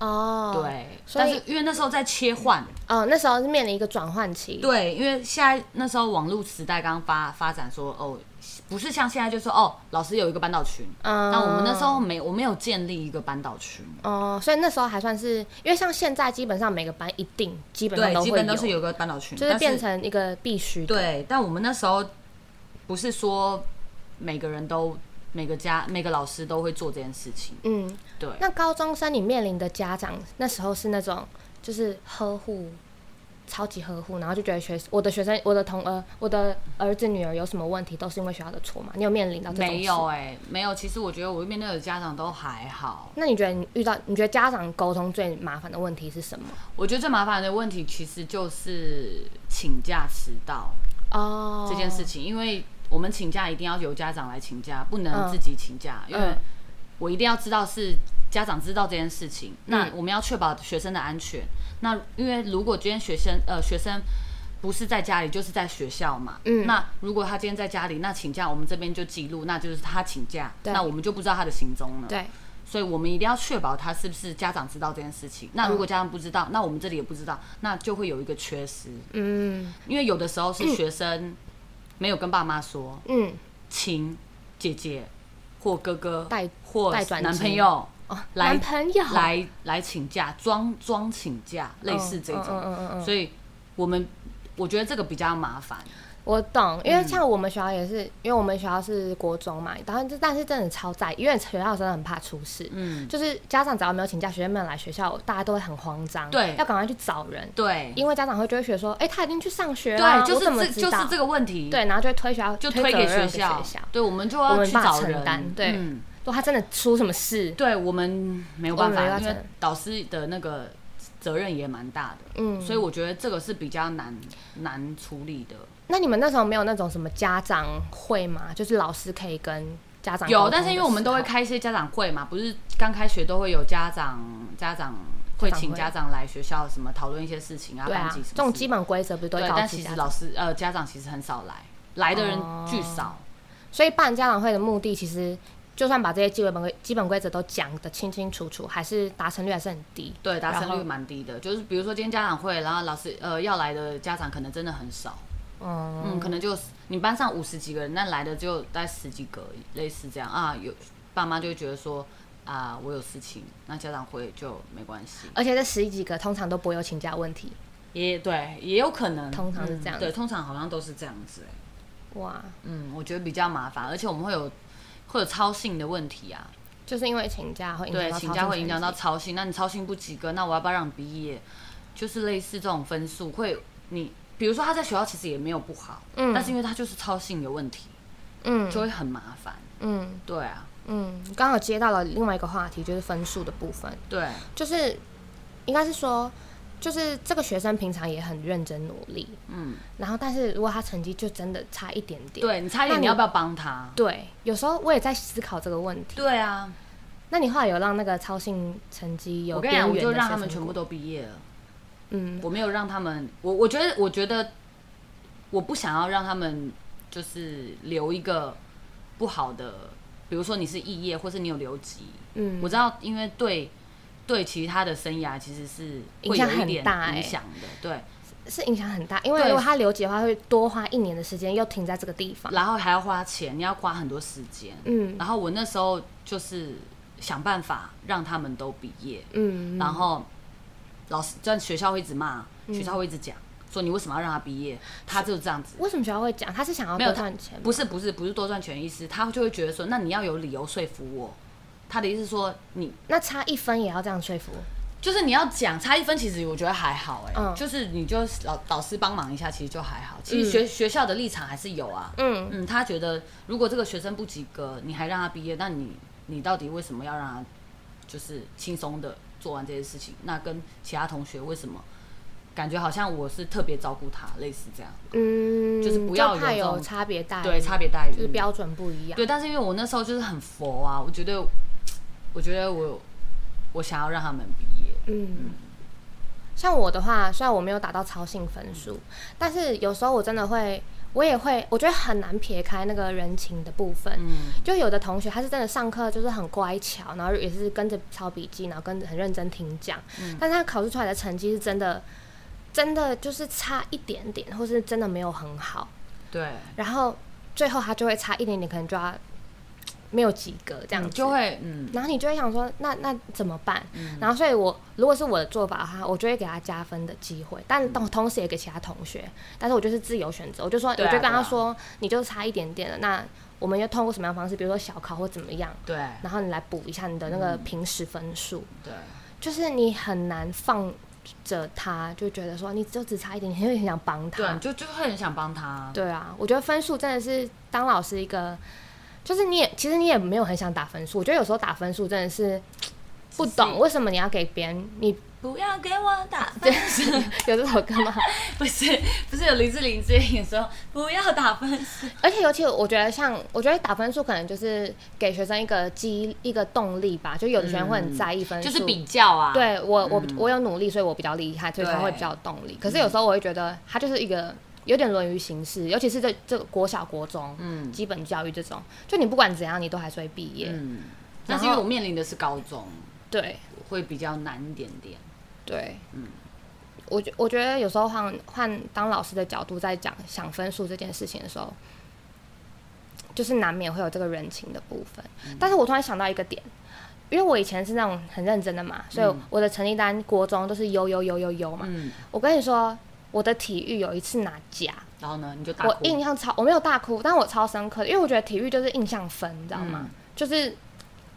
Speaker 2: 哦，
Speaker 1: 对，
Speaker 2: 所
Speaker 1: 但
Speaker 2: 以
Speaker 1: 是因为那时候在切换，
Speaker 2: 哦，那时候是面临一个转换期。
Speaker 1: 对，因为现在那时候网络时代刚发发展说，哦，不是像现在就说哦，老师有一个班导群，
Speaker 2: 嗯
Speaker 1: 那我们那时候没，我没有建立一个班导群，
Speaker 2: 哦，所以那时候还算是，因为像现在基本上每个班一定基本上
Speaker 1: 对，
Speaker 2: 都
Speaker 1: 基
Speaker 2: 会
Speaker 1: 本都是
Speaker 2: 有，
Speaker 1: 有个班导群，
Speaker 2: 就是
Speaker 1: 但
Speaker 2: 变成一个必须的。，
Speaker 1: 对，但我们那时候不是说每个人都每个家每个老师都会做这件事情，
Speaker 2: 嗯，
Speaker 1: 对，
Speaker 2: 那高中生你面临的家长那时候是那种就是呵护超级呵护，然后就觉得学我的学生、我的同呃、我的儿子、女儿有什么问题，都是因为学校的错嘛？你有面临到这种事
Speaker 1: 没有哎、没有。其实我觉得我面对的家长都还好。
Speaker 2: 那你觉得你遇到，你觉得家长沟通最麻烦的问题是什么？
Speaker 1: 我觉得最麻烦的问题其实就是请假迟到
Speaker 2: 哦
Speaker 1: 这件事情，因为我们请假一定要由家长来请假，不能
Speaker 2: 嗯
Speaker 1: 自己请假，因为
Speaker 2: 嗯
Speaker 1: 我一定要知道是家长知道这件事情。
Speaker 2: 嗯
Speaker 1: 那我们要确保学生的安全。那因为如果今天学生呃学生不是在家里就是在学校嘛，
Speaker 2: 嗯
Speaker 1: 那如果他今天在家里，那请假我们这边就记录，那就是他请假，
Speaker 2: 对
Speaker 1: 那我们就不知道他的行踪了。
Speaker 2: 对，
Speaker 1: 所以我们一定要确保他是不是家长知道这件事情。那如
Speaker 2: 嗯
Speaker 1: 果家长不知道，那我们这里也不知道，那就会有一个缺失。
Speaker 2: 嗯
Speaker 1: 因为有的时候是学生没有跟爸妈说，
Speaker 2: 嗯，
Speaker 1: 请姐姐或哥哥
Speaker 2: 代
Speaker 1: 或
Speaker 2: 代转机
Speaker 1: 男朋友
Speaker 2: 哦，
Speaker 1: 来
Speaker 2: 男朋友
Speaker 1: 来来请假，装装请假，类似这
Speaker 2: 嗯嗯嗯
Speaker 1: 种。
Speaker 2: 嗯嗯
Speaker 1: 所以我们我觉得这个比较麻烦。
Speaker 2: 我懂，因为像我们学校也是，因为我们学校是国中嘛，然后就但是真的超在意，因为学校真的很怕出事，
Speaker 1: 嗯，
Speaker 2: 就是家长只要没有请假，学生没有来学校，大家都会很慌张，
Speaker 1: 对
Speaker 2: 要赶快去找人，
Speaker 1: 对
Speaker 2: 因为家长会就会觉得说，哎、他已经去上学了、
Speaker 1: 对，就
Speaker 2: 啊我怎么
Speaker 1: 是这
Speaker 2: 知道
Speaker 1: 就是这个问题，，
Speaker 2: 对，然后就会推学校，
Speaker 1: 就
Speaker 2: 推
Speaker 1: 推给
Speaker 2: 责任
Speaker 1: 学校
Speaker 2: 学校，，
Speaker 1: 对，我们就
Speaker 2: 我
Speaker 1: 要
Speaker 2: 们
Speaker 1: 去
Speaker 2: 无法
Speaker 1: 找
Speaker 2: 承担
Speaker 1: 人，
Speaker 2: 对
Speaker 1: 嗯
Speaker 2: 如果他真的出什么事，
Speaker 1: 对我们没有办
Speaker 2: 我们没
Speaker 1: 法，
Speaker 2: 办
Speaker 1: 因为
Speaker 2: 法承认
Speaker 1: 导师的那个责任也蛮大的，
Speaker 2: 嗯，
Speaker 1: 所以我觉得这个是比较难难处理的。
Speaker 2: 那你们那时候没有那种什么家长会吗？就是老师可以跟家长沟
Speaker 1: 有，
Speaker 2: 通
Speaker 1: 但是因为我们都会
Speaker 2: 的时候，
Speaker 1: 开一些家长会嘛，不是刚开学都会有家长家长会请家
Speaker 2: 家
Speaker 1: 长来学校什么讨论一些事情啊，
Speaker 2: 对
Speaker 1: 班
Speaker 2: 啊，
Speaker 1: 级什么事啊
Speaker 2: 这种基本规则不是都
Speaker 1: 对
Speaker 2: 会，告
Speaker 1: 但
Speaker 2: 知
Speaker 1: 其
Speaker 2: 家
Speaker 1: 实
Speaker 2: 长
Speaker 1: 老师呃家长其实很少来，来的人
Speaker 2: 哦
Speaker 1: 巨少。
Speaker 2: 所以办家长会的目的，其实就算把这些基本规基本规则都讲得清清楚楚，还是达成率还是很低。
Speaker 1: 对，达
Speaker 2: 然
Speaker 1: 成率
Speaker 2: 后
Speaker 1: 蛮低的，就是比如说今天家长会，然后老师呃要来的家长可能真的很少，
Speaker 2: 嗯，
Speaker 1: 嗯，可能就你班上五十几个人，那来的只有大概十几个而已，类似这样啊。有爸妈就会觉得说啊，我有事情，那家长会就没关系。
Speaker 2: 而且这十几个通常都不会有请假问题。
Speaker 1: 也对，也有可能，
Speaker 2: 通常是这样
Speaker 1: 嗯对，通常好像都是这样子、欸。
Speaker 2: 哇，
Speaker 1: 嗯，我觉得比较麻烦，而且我们会有会有操性的问题啊。
Speaker 2: 就是因为请假会影响
Speaker 1: 对，
Speaker 2: 到
Speaker 1: 请假
Speaker 2: 操
Speaker 1: 会
Speaker 2: 行
Speaker 1: 影响到
Speaker 2: 成绩
Speaker 1: 操性，那你操性不及格，那我要不要让你毕业？就是类似这种分数会，你比如说他在学校其实也没有不好，
Speaker 2: 嗯
Speaker 1: 但是因为他就是操性有问题，
Speaker 2: 嗯
Speaker 1: 就会很麻烦。
Speaker 2: 嗯
Speaker 1: 对啊，
Speaker 2: 嗯，刚好接到了另外一个话题，就是分数的部分，
Speaker 1: 对，
Speaker 2: 就是应该是说，就是这个学生平常也很认真努力，
Speaker 1: 嗯，
Speaker 2: 然后但是如果他成绩就真的差一点点，
Speaker 1: 对你差一点，你
Speaker 2: 那你
Speaker 1: 要不要帮他？
Speaker 2: 对，有时候我也在思考这个问题。
Speaker 1: 对啊，
Speaker 2: 那你后来有让那个超性成绩有
Speaker 1: 我跟你讲，我
Speaker 2: 边缘
Speaker 1: 就
Speaker 2: 的
Speaker 1: 让
Speaker 2: 学
Speaker 1: 他们
Speaker 2: 生
Speaker 1: 全部
Speaker 2: 过
Speaker 1: 都毕业了。
Speaker 2: 嗯
Speaker 1: 我没有让他们，我我觉得，我觉得我不想要让他们就是留一个不好的，比如说你是肄业，或是你有留级。
Speaker 2: 嗯
Speaker 1: 我知道，因为对对其他的生涯其实是会
Speaker 2: 影响
Speaker 1: 有一
Speaker 2: 很
Speaker 1: 点
Speaker 2: 大
Speaker 1: 影
Speaker 2: 欸
Speaker 1: 响的，对。
Speaker 2: 是影响很大，因为
Speaker 1: 对
Speaker 2: 如果他留级的话，会多花一年的时间又停在这个地方。
Speaker 1: 然后还要花钱，你要花很多时间。
Speaker 2: 嗯
Speaker 1: 然后我那时候就是想办法让他们都毕业，
Speaker 2: 嗯，
Speaker 1: 然后老师在学校会一直骂，学校会一直讲、说你为什么要让他毕业，他就这样子。
Speaker 2: 为什么学校会讲？他是想要
Speaker 1: 没有
Speaker 2: 多
Speaker 1: 他
Speaker 2: 赚钱吗？
Speaker 1: 不是不是不是多赚钱的意思，他就会觉得说，那你要有理由说服我。他的意思是说，你
Speaker 2: 那差一分也要这样说服？
Speaker 1: 就是你要讲差一分，其实我觉得还好哎、
Speaker 2: 嗯
Speaker 1: 就是你就老导师帮忙一下，其实就还好。其实学、学校的立场还是有啊，
Speaker 2: 嗯
Speaker 1: 嗯，他觉得如果这个学生不及格，你还让他毕业，那你你到底为什么要让他就是轻松的做完这些事情？那跟其他同学为什么感觉好像我是特别照顾他，类似这样，
Speaker 2: 嗯，
Speaker 1: 就是不要有
Speaker 2: 怕
Speaker 1: 这种
Speaker 2: 有差别待遇，
Speaker 1: 对，差别待遇
Speaker 2: 就是标准不一样。
Speaker 1: 对，但是因为我那时候就是很佛啊，我觉得，我觉得我我想要让他们毕业，
Speaker 2: 嗯，像我的话，虽然我没有达到超性分数，但是有时候我真的会，我也会，我觉得很难撇开那个人情的部分。
Speaker 1: 嗯，
Speaker 2: 就有的同学他是真的上课就是很乖巧，然后也是跟着抄笔记，然后跟着很认真听讲，
Speaker 1: 嗯
Speaker 2: 但是他考试出来的成绩是真的，真的就是差一点点，或是真的没有很好，
Speaker 1: 对，
Speaker 2: 然后最后他就会差一点点，可能就要没有及格这样子，
Speaker 1: 就会嗯
Speaker 2: 然后你就会想说，那那怎么办？然后所以我如果是我的做法的话，我就会给他加分的机会，
Speaker 1: 嗯
Speaker 2: 但同同时也给其他同学。但是我就是自由选择，我就说，
Speaker 1: 对啊
Speaker 2: 我就跟
Speaker 1: 对啊
Speaker 2: 他说，你就差一点点了，那我们要通过什么样的方式，比如说小考或怎么样，
Speaker 1: 对嗯
Speaker 2: 然后你来补一下你的那个平时分数，
Speaker 1: 对，
Speaker 2: 就是你很难放着他，就觉得说你就只差一点，点，你会很想帮
Speaker 1: 对，啊
Speaker 2: 他
Speaker 1: 你。就就会很想帮他。
Speaker 2: 对啊，我觉得分数真的是当老师一个，就是你也其实你也没有很想打分数。我觉得有时候打分数真的是不懂为什么你要给别人，你
Speaker 1: 不要给我打分，
Speaker 2: 有这首歌吗？
Speaker 1: 不是不是有林志玲之前说不要打分数，
Speaker 2: 而且尤其我觉得像，我觉得打分数可能就是给学生一个激一个动力吧，就有的学生会很在意分数，
Speaker 1: 就是比较啊。，
Speaker 2: 对我我、我有努力，所以我比较厉害，所以才
Speaker 1: 对
Speaker 2: 会比较有动力。可是有时候我会觉得它就是一个有点沦于形式，尤其是这这个国小、国中、
Speaker 1: 嗯
Speaker 2: 基本教育这种，就你不管怎样，你都还是会毕业。
Speaker 1: 嗯，
Speaker 2: 然
Speaker 1: 但
Speaker 2: 后
Speaker 1: 是因为我面临的是高中，
Speaker 2: 对
Speaker 1: 会比较难一点点。
Speaker 2: 对，
Speaker 1: 嗯
Speaker 2: 我觉我觉得有时候换换当老师的角度在讲想分数这件事情的时候，就是难免会有这个人情的部分。
Speaker 1: 嗯
Speaker 2: 但是我突然想到一个点。因为我以前是那种很认真的嘛，所以我的成绩单国中都是优优优优优嘛，
Speaker 1: 嗯，
Speaker 2: 我跟你说，我的体育有一次拿甲，
Speaker 1: 然后呢，你就打
Speaker 2: 我
Speaker 1: 哭
Speaker 2: 印象超，我没有大哭，但我超深刻的，因为我觉得体育就是印象分，你知道吗？
Speaker 1: 嗯
Speaker 2: 就是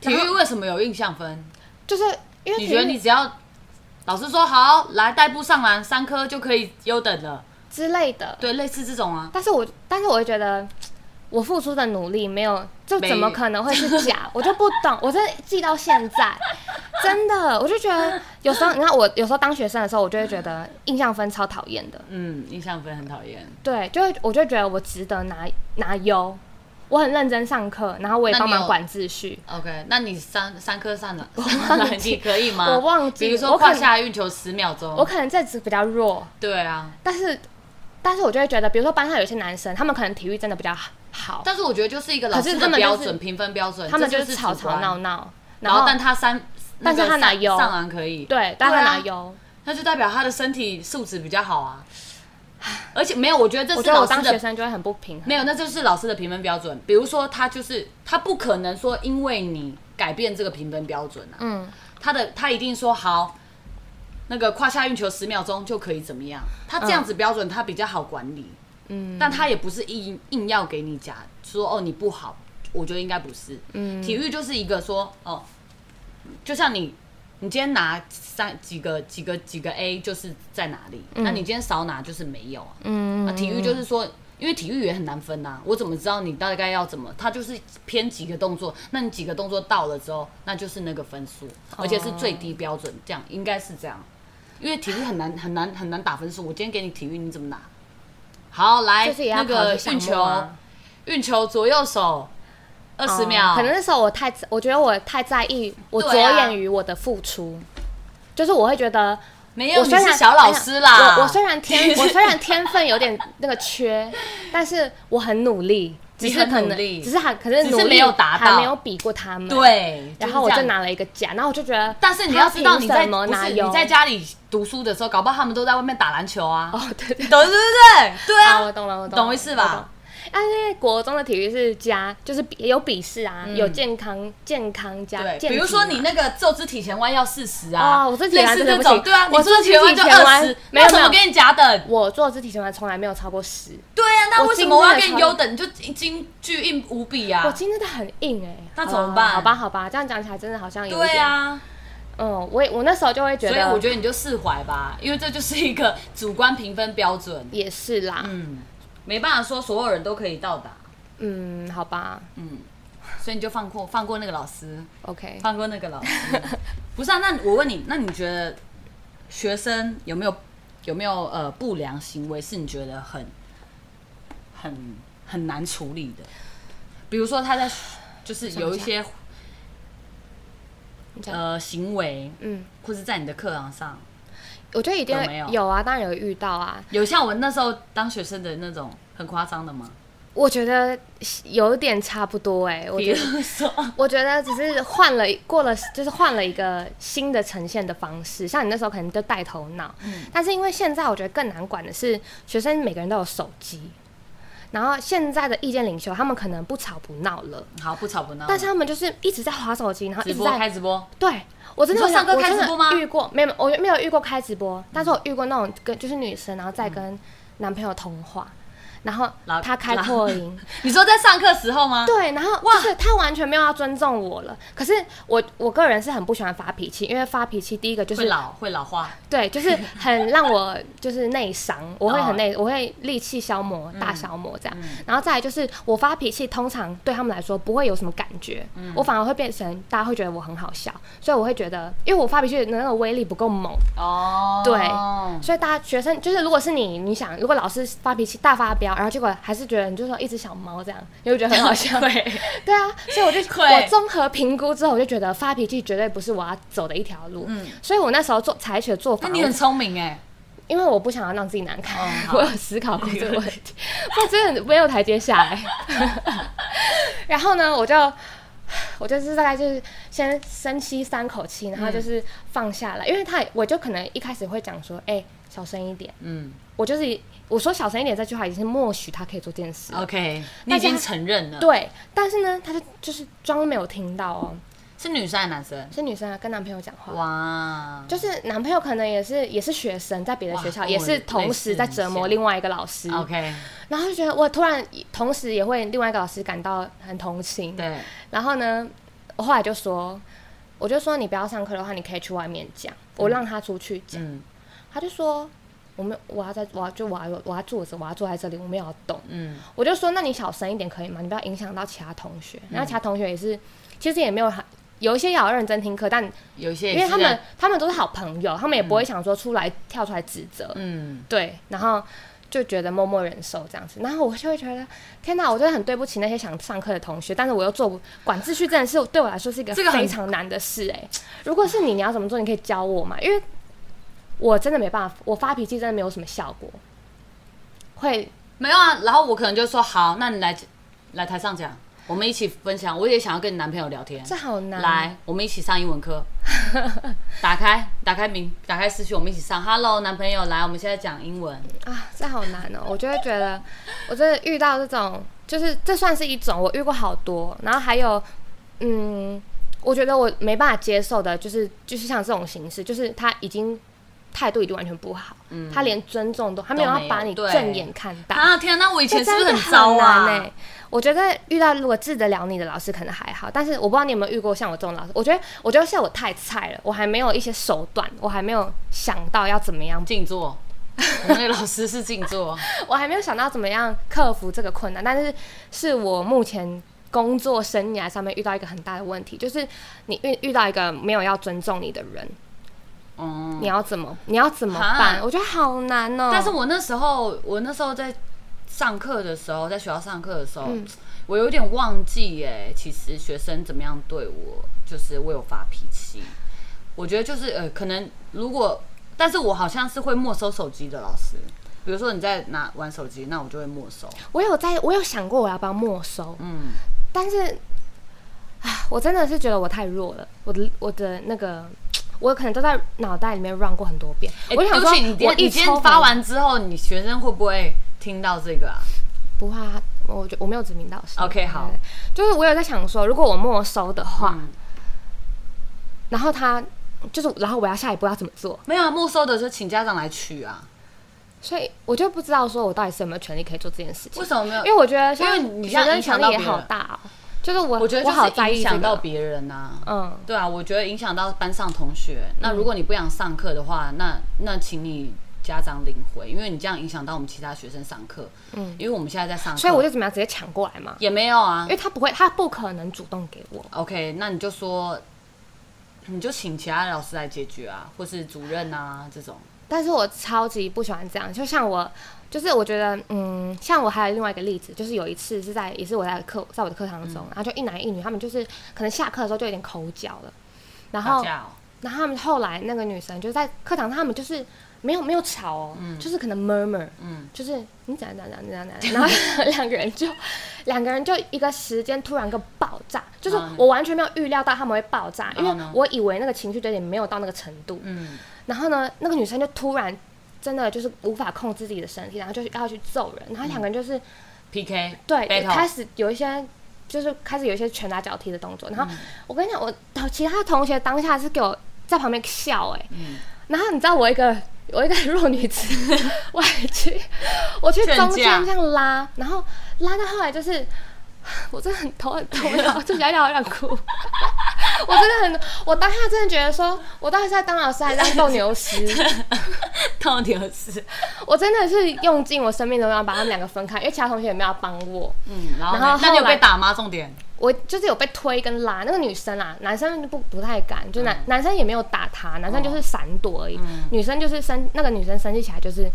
Speaker 1: 体育为什么有印象分？
Speaker 2: 就是因
Speaker 1: 你
Speaker 2: 为体
Speaker 1: 觉得
Speaker 2: 育
Speaker 1: 你只要老师说好来代步上篮三科就可以优等了，
Speaker 2: 之类的，
Speaker 1: 对，类似这种啊。
Speaker 2: 但是我但是我会觉得。我付出的努力没有，就
Speaker 1: 没
Speaker 2: 怎么可能会是假？我就不懂，我真的记到现 在，真的，我就觉得有时候，你看我有时候当学生的时候，我就会觉得印象分超讨厌的，
Speaker 1: 嗯，印象分很讨厌。
Speaker 2: 对，就会我就觉得我值得拿拿优，我很认真上课，然后我也
Speaker 1: 那你
Speaker 2: 帮忙
Speaker 1: 有
Speaker 2: 管秩序，
Speaker 1: OK，那你三三科上了，上了你可以吗？
Speaker 2: 我忘记
Speaker 1: 比如说
Speaker 2: 我可
Speaker 1: 胯
Speaker 2: 能
Speaker 1: 下运球十秒钟。
Speaker 2: 我可能这只比较弱，
Speaker 1: 对啊，
Speaker 2: 但是但是我就会觉得，比如说班上有些男生，他们可能体育真的比较好，
Speaker 1: 但是我觉得就是一个老
Speaker 2: 可
Speaker 1: 师
Speaker 2: 是他
Speaker 1: 的
Speaker 2: 们就是
Speaker 1: 标准评分标准，
Speaker 2: 他们
Speaker 1: 这
Speaker 2: 就是是吵
Speaker 1: 主
Speaker 2: 吵
Speaker 1: 观
Speaker 2: 闹，闹，
Speaker 1: 然
Speaker 2: 后
Speaker 1: 后但他三，
Speaker 2: 但是
Speaker 1: 那个
Speaker 2: 他哪
Speaker 1: 上
Speaker 2: 有
Speaker 1: 上篮可以？
Speaker 2: 对，但他
Speaker 1: 对啊
Speaker 2: 拿优，
Speaker 1: 那就代表他的身体素质比较好啊。而且没有，我觉得这
Speaker 2: 我
Speaker 1: 是
Speaker 2: 觉得
Speaker 1: 老
Speaker 2: 我
Speaker 1: 师
Speaker 2: 当学
Speaker 1: 的
Speaker 2: 生就会很不平衡，
Speaker 1: 没有，那就是老师的评分标准。比如说，他就是他不可能说因为你改变这个评分标准啊，
Speaker 2: 嗯，
Speaker 1: 他的他一定说好，那个胯下运球十秒钟就可以怎么样？他这样子标准他比较好管理，嗯，但他也不是硬硬要给你讲说哦你不好，我觉得应该不是，嗯，体育就是一个说哦，就像你。你今天拿三几个几个几个 A 就是在哪里？
Speaker 2: 嗯
Speaker 1: 那你今天少拿就是没有啊。嗯，体育就是说，因为体育也很难分呐、我怎么知道你大概要怎么？它就是偏几个动作，那你几个动作到了之后，那就是那个分数，
Speaker 2: 哦
Speaker 1: 而且是最低标准，这样应该是这样。因为体育很难很难很难打分数。我今天给你体育，你怎么拿？好，来
Speaker 2: 就是也
Speaker 1: 那
Speaker 2: 要考
Speaker 1: 个
Speaker 2: 虑项
Speaker 1: 运
Speaker 2: 目
Speaker 1: 球，
Speaker 2: 啊。
Speaker 1: 运球左右手二十
Speaker 2: 哦
Speaker 1: 秒，
Speaker 2: 可能那时候我太，我觉得我太在意，我着
Speaker 1: 对啊
Speaker 2: 眼于我的付出，就是我会觉得
Speaker 1: 没有，
Speaker 2: 我
Speaker 1: 你
Speaker 2: 虽然哎
Speaker 1: 是小老师啦。
Speaker 2: 我我虽然
Speaker 1: 你
Speaker 2: 天
Speaker 1: 是
Speaker 2: 我虽然天分有点那个缺，但是我很努力，只
Speaker 1: 你
Speaker 2: 是
Speaker 1: 很
Speaker 2: 可
Speaker 1: 努
Speaker 2: 能
Speaker 1: 力
Speaker 2: 只是还可是
Speaker 1: 只
Speaker 2: 努
Speaker 1: 是
Speaker 2: 力
Speaker 1: 没有达到
Speaker 2: 还没有比过他们。，
Speaker 1: 对，
Speaker 2: 然后我
Speaker 1: 是这样
Speaker 2: 就拿了一个奖，然后我就觉得，
Speaker 1: 但是你要知道，你在
Speaker 2: 什么
Speaker 1: 不
Speaker 2: 拿
Speaker 1: 是
Speaker 2: 有
Speaker 1: 你在家里读书的时候，搞不好他们都在外面打篮球啊，
Speaker 2: 哦，对对
Speaker 1: 懂对不对？对
Speaker 2: 啊，
Speaker 1: 啊，
Speaker 2: 我懂了，我懂了，
Speaker 1: 懂意思
Speaker 2: 我懂
Speaker 1: 吧？？
Speaker 2: 但是国中的体育是加，就是比有笔试啊，有健康健康加，
Speaker 1: 嗯对，
Speaker 2: 健
Speaker 1: 比如
Speaker 2: 体
Speaker 1: 说
Speaker 2: 嘛
Speaker 1: 你那个坐姿体前弯要四十啊，
Speaker 2: 哦我坐体前
Speaker 1: 类
Speaker 2: 弯
Speaker 1: 似
Speaker 2: 真的
Speaker 1: 这
Speaker 2: 不
Speaker 1: 种，
Speaker 2: 行
Speaker 1: 对啊，
Speaker 2: 我
Speaker 1: 你坐
Speaker 2: 坐
Speaker 1: 体前弯
Speaker 2: 体
Speaker 1: 就
Speaker 2: 前
Speaker 1: 二
Speaker 2: 弯
Speaker 1: 十，
Speaker 2: 没有
Speaker 1: 那怎么
Speaker 2: 没有
Speaker 1: 给你甲等？
Speaker 2: 我做肢体前弯从来没有超过十，
Speaker 1: 对啊，那
Speaker 2: 我
Speaker 1: 为什
Speaker 2: 筋
Speaker 1: 么我要
Speaker 2: 真的
Speaker 1: 给你
Speaker 2: 超
Speaker 1: 优等？你就金巨硬无比
Speaker 2: 我
Speaker 1: 啊？
Speaker 2: 筋真的很硬哎，
Speaker 1: 那
Speaker 2: 好
Speaker 1: 怎么
Speaker 2: 吧
Speaker 1: 办
Speaker 2: 好吧好吧，这样讲起来真的好像有一
Speaker 1: 对
Speaker 2: 点
Speaker 1: 啊，
Speaker 2: 嗯，我也我那时候就会觉
Speaker 1: 所
Speaker 2: 得，
Speaker 1: 以我觉得你就释怀吧，因为这就是一个主观评分标准，
Speaker 2: 也是啦，
Speaker 1: 嗯，没办法说所有人都可以到达，
Speaker 2: 嗯好吧
Speaker 1: 所以你就放过放过那个老师。
Speaker 2: ，OK，
Speaker 1: 放过那个老师。 不是啊，那我问你，那你觉得学生有没有有没有呃不良行为是你觉得很很很难处理的？比如说他在就是有一些
Speaker 2: 你讲
Speaker 1: 呃行为，
Speaker 2: 嗯，
Speaker 1: 或是在你的课堂上，
Speaker 2: 我觉得一定
Speaker 1: 有没有
Speaker 2: 会有啊，当然有遇到啊，
Speaker 1: 有像我那时候当学生的那种很夸张的吗？
Speaker 2: 我觉得有点差不多哎、我
Speaker 1: 比
Speaker 2: 觉
Speaker 1: 如
Speaker 2: 得。
Speaker 1: 说，
Speaker 2: 我觉得只是换了过了，就是换了一个新的呈现的方式。像你那时候可能就带头脑，
Speaker 1: 嗯
Speaker 2: 但是因为现在我觉得更难管的是，学生每个人都有手机，然后现在的意见领袖他们可能不吵不闹了，
Speaker 1: 好不吵不闹，
Speaker 2: 但是他们就是一直在划手机，然后
Speaker 1: 嗯
Speaker 2: 一
Speaker 1: 直
Speaker 2: 直
Speaker 1: 播
Speaker 2: 在
Speaker 1: 开直播，
Speaker 2: 对，我真的
Speaker 1: 你说
Speaker 2: 有
Speaker 1: 上课
Speaker 2: 我
Speaker 1: 开
Speaker 2: 真的
Speaker 1: 直播吗
Speaker 2: 遇过，没有，我没有遇过开直播，但是我遇过那种跟就是女生，然后再跟男朋友通话，然后
Speaker 1: 嗯老
Speaker 2: 他开扩音，
Speaker 1: 你说在上课时候吗？
Speaker 2: 对，然后就是他完全没有要尊重我了。可是我我个人是很不喜欢发脾气，因为发脾气第一个就
Speaker 1: 会
Speaker 2: 是
Speaker 1: 老会老化，
Speaker 2: 对，就是 很让我就是内伤，我会
Speaker 1: 哦嗯
Speaker 2: 很内，我会力气消磨、大消磨这样。然后再来就是我发脾气，通常对他们来说不会有什么感觉，
Speaker 1: 嗯
Speaker 2: 我反而会变成大家会觉得我很好笑，所以我会觉得，因为我发脾气的那个威力不够猛，
Speaker 1: 哦，
Speaker 2: 对所以大家学生就是如果是你，你想如果老师发脾气大发飙，然后结果还是觉得你就说一只小猫这样，你会觉得很好笑。
Speaker 1: 对，
Speaker 2: 对啊，所以我就
Speaker 1: 会
Speaker 2: 我综合评估之后，我就觉得发脾气绝对不是我要走的一条路。所以我那时候做采取的做
Speaker 1: 嗯
Speaker 2: 法，
Speaker 1: 那你很聪明哎，
Speaker 2: 因为我不想要让自己难堪，
Speaker 1: 哦好
Speaker 2: 我有思考过这个问题，我真的没有台阶下 来。然后呢，我就我就是大概就是先深吸三口气，然后
Speaker 1: 嗯
Speaker 2: 就是放下来，因为他我就可能一开始会讲说，哎、小声一点。
Speaker 1: 嗯
Speaker 2: 我就是我说小声一点这句话已经是默许他可以做这件
Speaker 1: 哦
Speaker 2: 事了。
Speaker 1: ，OK，你已经承认了，，
Speaker 2: 对，但是呢，他就就是装没有听到哦，
Speaker 1: 是女生还是男生？
Speaker 2: 是女生啊，跟男朋友讲话。
Speaker 1: 哇，
Speaker 2: 就是男朋友可能也是也是学生，在别的
Speaker 1: 哇
Speaker 2: 学校
Speaker 1: 跟
Speaker 2: 也
Speaker 1: 我
Speaker 2: 是
Speaker 1: 类
Speaker 2: 同
Speaker 1: 似
Speaker 2: 时
Speaker 1: 很
Speaker 2: 在折磨
Speaker 1: 像
Speaker 2: 另外一个老师，
Speaker 1: OK，
Speaker 2: 然后就觉得我突然同时也会另外一个老师感到很同情。
Speaker 1: 对，
Speaker 2: 然后呢，我后来就说，我就说你不要上课的话，你可以去外面讲，我让他出去讲。
Speaker 1: 嗯
Speaker 2: 他就说，我们我要在我要就我要我要坐着，我要坐在这里，我没有要动。
Speaker 1: 嗯，
Speaker 2: 我就说，那你小声一点可以吗？你不要影响到其他同
Speaker 1: 嗯
Speaker 2: 学。然后其他同学也是，其实也没有很。有一些也要认真听课，但
Speaker 1: 有一些也
Speaker 2: 因为
Speaker 1: 是
Speaker 2: 他们
Speaker 1: 在，
Speaker 2: 他们都是好朋友，他们也不会想说出来跳出来指责。
Speaker 1: 嗯，
Speaker 2: 对，然后就觉得默默忍受这样子，然后我就会觉得，天哪，我真的很对不起那些想上课的同学，但是我又做不管秩序，真的是对我来说是一个
Speaker 1: 这个很
Speaker 2: 非常难的事哎、如果是你，你要怎么做？你可以教我嘛，因为我真的没办法，我发脾气真的没有什么效果，会
Speaker 1: 没有啊，然后我可能就说好，那你来来台上讲，我们一起分享，我也想要跟你男朋友聊天
Speaker 2: 这，好难。
Speaker 1: 来，我们一起上英文 课。打开，打开名，打开视讯，我们一起上。Hello，男朋友，来，我们现在讲英文。
Speaker 2: 啊，这好难哦！我就会觉得，我真的遇到这种，就是这算是一种，我遇过好多。然后还有，嗯，我觉得我没办法接受的，就是就是像这种形式，就是他已经态度已经完全不好，他连尊重都，他没
Speaker 1: 嗯
Speaker 2: 有
Speaker 1: 都
Speaker 2: 要
Speaker 1: 没有
Speaker 2: 把你
Speaker 1: 对
Speaker 2: 正眼看待。
Speaker 1: 啊，天啊，那我以
Speaker 2: 这
Speaker 1: 前是不是
Speaker 2: 真的
Speaker 1: 很糟啊？
Speaker 2: 难欸我觉得遇到如果治得了你的老师可能还好，但是我不知道你有没有遇过像我这种老师。我觉得，我觉得是我太菜了，我还没有一些手段，我还没有想到要怎么样
Speaker 1: 静坐，我们那个老师是静坐。
Speaker 2: 我还没有想到怎么样克服这个困难，但是是我目前工作生涯上面遇到一个很大的问题，就是你遇遇到一个没有要尊重你的人，
Speaker 1: 嗯，
Speaker 2: 你要怎么你要怎么
Speaker 1: 哈
Speaker 2: 办？我觉得好难哦、
Speaker 1: 但是我那时候，我那时候在上课的时候，在学校上课的时候，
Speaker 2: 嗯
Speaker 1: 我有点忘记哎、其实学生怎么样对我，就是我有发脾气。我觉得就是呃，可能如果，但是我好像是会没收手机的老师。比如说你在拿玩手机，那我就会没收。
Speaker 2: 我有在我有想过我要不要没收，
Speaker 1: 嗯，
Speaker 2: 但是，啊，我真的是觉得我太弱了，我的我的那个。我可能都在脑袋里面 run 过很多遍，
Speaker 1: 欸
Speaker 2: 我就想
Speaker 1: 对
Speaker 2: 说
Speaker 1: 不起，你今
Speaker 2: 我
Speaker 1: 天
Speaker 2: 一
Speaker 1: 你今
Speaker 2: 抽
Speaker 1: 天发
Speaker 2: 回
Speaker 1: 完之后，你学生会不会听到这个啊？
Speaker 2: 不怕，我觉我没有指名道姓。
Speaker 1: OK，好
Speaker 2: 对，就是我有在想说，如果我没收的话，
Speaker 1: 嗯
Speaker 2: 然后他就是，然后我要下一步要怎么做？
Speaker 1: 没有啊，没收的时候请家长来取啊。
Speaker 2: 所以我就不知道说我到底是有没有权利可以做这件事情
Speaker 1: 为。什么没有？
Speaker 2: 因为我觉得现在
Speaker 1: 因为你这
Speaker 2: 学
Speaker 1: 样
Speaker 2: 生
Speaker 1: 影
Speaker 2: 权
Speaker 1: 响
Speaker 2: 利
Speaker 1: 到
Speaker 2: 也
Speaker 1: 别人
Speaker 2: 好大、哦，就是我
Speaker 1: 我觉得
Speaker 2: 我好
Speaker 1: 就是
Speaker 2: 在
Speaker 1: 影
Speaker 2: 意这
Speaker 1: 响到
Speaker 2: 个。
Speaker 1: 别人呐、啊。
Speaker 2: 嗯，
Speaker 1: 对啊，我觉得影响到班上同学。那如果你不想上课的话，那那请你家长领回，因为你这样影响到我们其他学生上课。嗯，因为我们现在在上课，
Speaker 2: 所以我就怎么样直接抢过来嘛，
Speaker 1: 也没有啊
Speaker 2: 因。为他不会，他不可能主动给我。
Speaker 1: OK，那你就说，你就请其他老师来解决啊，或是主任啊这种。
Speaker 2: 但是我超级不喜欢这样，就像我，就是我觉得，嗯，像我还有另外一个例子，就是有一次是在也是我在课在我的课堂
Speaker 1: 嗯
Speaker 2: 中，然后就一男一女，他们就是可能下课的时候就有点口角了，然
Speaker 1: 打
Speaker 2: 后
Speaker 1: 架哦，
Speaker 2: 然后他们后来那个女生就在课堂上，他们就是没有没有吵哦，就是可能 murmur，
Speaker 1: 嗯
Speaker 2: 就是你怎样怎样怎样 怎样，然后两个人就两个人就一个时间突然个爆炸，就是
Speaker 1: 嗯
Speaker 2: 我完全没有预料到他们会爆炸，因
Speaker 1: 然后
Speaker 2: 为
Speaker 1: 呢
Speaker 2: 我以为那个情绪有点没有到那个程度，
Speaker 1: 嗯，
Speaker 2: 然后呢，那个女生就突然真的就是无法控制自己的身体，然后就要去揍人，然后两个人就是、
Speaker 1: PK
Speaker 2: 对开
Speaker 1: battle，
Speaker 2: 始有一些。就是开始有一些拳打脚踢的动作，然
Speaker 1: 嗯
Speaker 2: 后我跟你讲，我其他同学当下是给我在旁边笑哎、
Speaker 1: 嗯，
Speaker 2: 然后你知道我一个有一个弱女子， 我还去，我去
Speaker 1: 劝
Speaker 2: 中间
Speaker 1: 架
Speaker 2: 这样拉，然后拉到后来就是，我真的很头很痛，然后就想想好想哭。 我真的很，我当下真的觉得说，我到底是在当老师还是当斗牛师？
Speaker 1: 到底是
Speaker 2: 我真的是用尽我生命中要把他们两个分开，因为其他同学也没有要帮我。
Speaker 1: 嗯，然后
Speaker 2: 然
Speaker 1: 呢
Speaker 2: 后
Speaker 1: 那你有
Speaker 2: 后来
Speaker 1: 被打吗？重点
Speaker 2: 我就是有被推跟拉，那个女生啦，男生不不太敢，就男、男生也没有打她，男生就是闪躲而已，女生就是生那个女生生气起来就是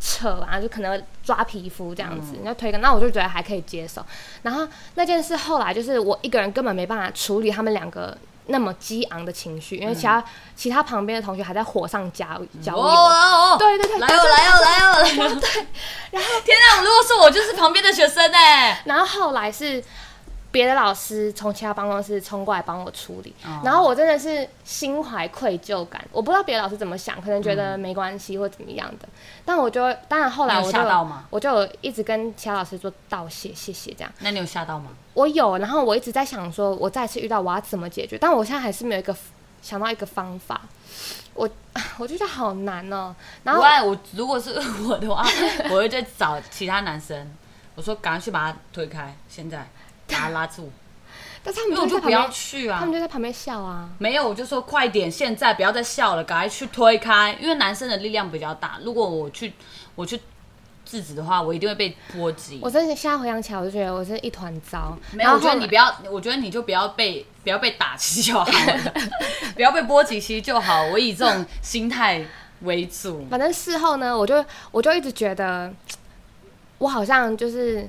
Speaker 2: 扯啊，就可能抓皮肤这样子，然后推跟，那我就觉得还可以接受。然后那件事后来就是我一个人根本没办法处理他们两个。那么激昂的情绪，因为其他、其他旁边的同学还在火上加浇油，
Speaker 1: 哦
Speaker 2: 对对对
Speaker 1: 来哦来哦来哦来哦，对，然后天哪，如果是我就是旁边的学生哎，
Speaker 2: 然后后来是别的老师从其他办公室冲过来帮我处理，
Speaker 1: 哦
Speaker 2: 然后我真的是心怀愧疚感，我不知道别的老师怎么想，可能觉得没关系或怎么样的，但我就当然后来
Speaker 1: 你有
Speaker 2: 我就
Speaker 1: 吓到吗
Speaker 2: 我就有一直跟其他老师说道谢谢谢这样，
Speaker 1: 那你有吓到吗？
Speaker 2: 我有，然后我一直在想说，我再次遇到我要怎么解决，但我现在还是没有一个想到一个方法，我 我就觉得好难哦，然
Speaker 1: 不
Speaker 2: 后
Speaker 1: 然我如果是我的话， 我会再找其他男生，我说赶快去把他推开，现在把他拉 住，
Speaker 2: 但是他
Speaker 1: 因
Speaker 2: 们
Speaker 1: 为我
Speaker 2: 就
Speaker 1: 就
Speaker 2: 在旁
Speaker 1: 不要
Speaker 2: 边，
Speaker 1: 去
Speaker 2: 他
Speaker 1: 啊
Speaker 2: 们。就在旁边笑啊。
Speaker 1: 没有，我就说快点，现在不要再笑了，赶快去推开，因为男生的力量比较大。如果我去我去制止的话，我一定会被波及
Speaker 2: 我。真的现在回想起来，我就觉得我是一团糟。
Speaker 1: 没
Speaker 2: 然
Speaker 1: 有，
Speaker 2: 后
Speaker 1: 我觉得
Speaker 2: 后
Speaker 1: 你
Speaker 2: 来
Speaker 1: 不要，我觉得你就不要被不要被打击就好了， 不要被波及其实就好。我以这种心态为 主。
Speaker 2: 反正事后呢，我就我就一直觉得，我好像就是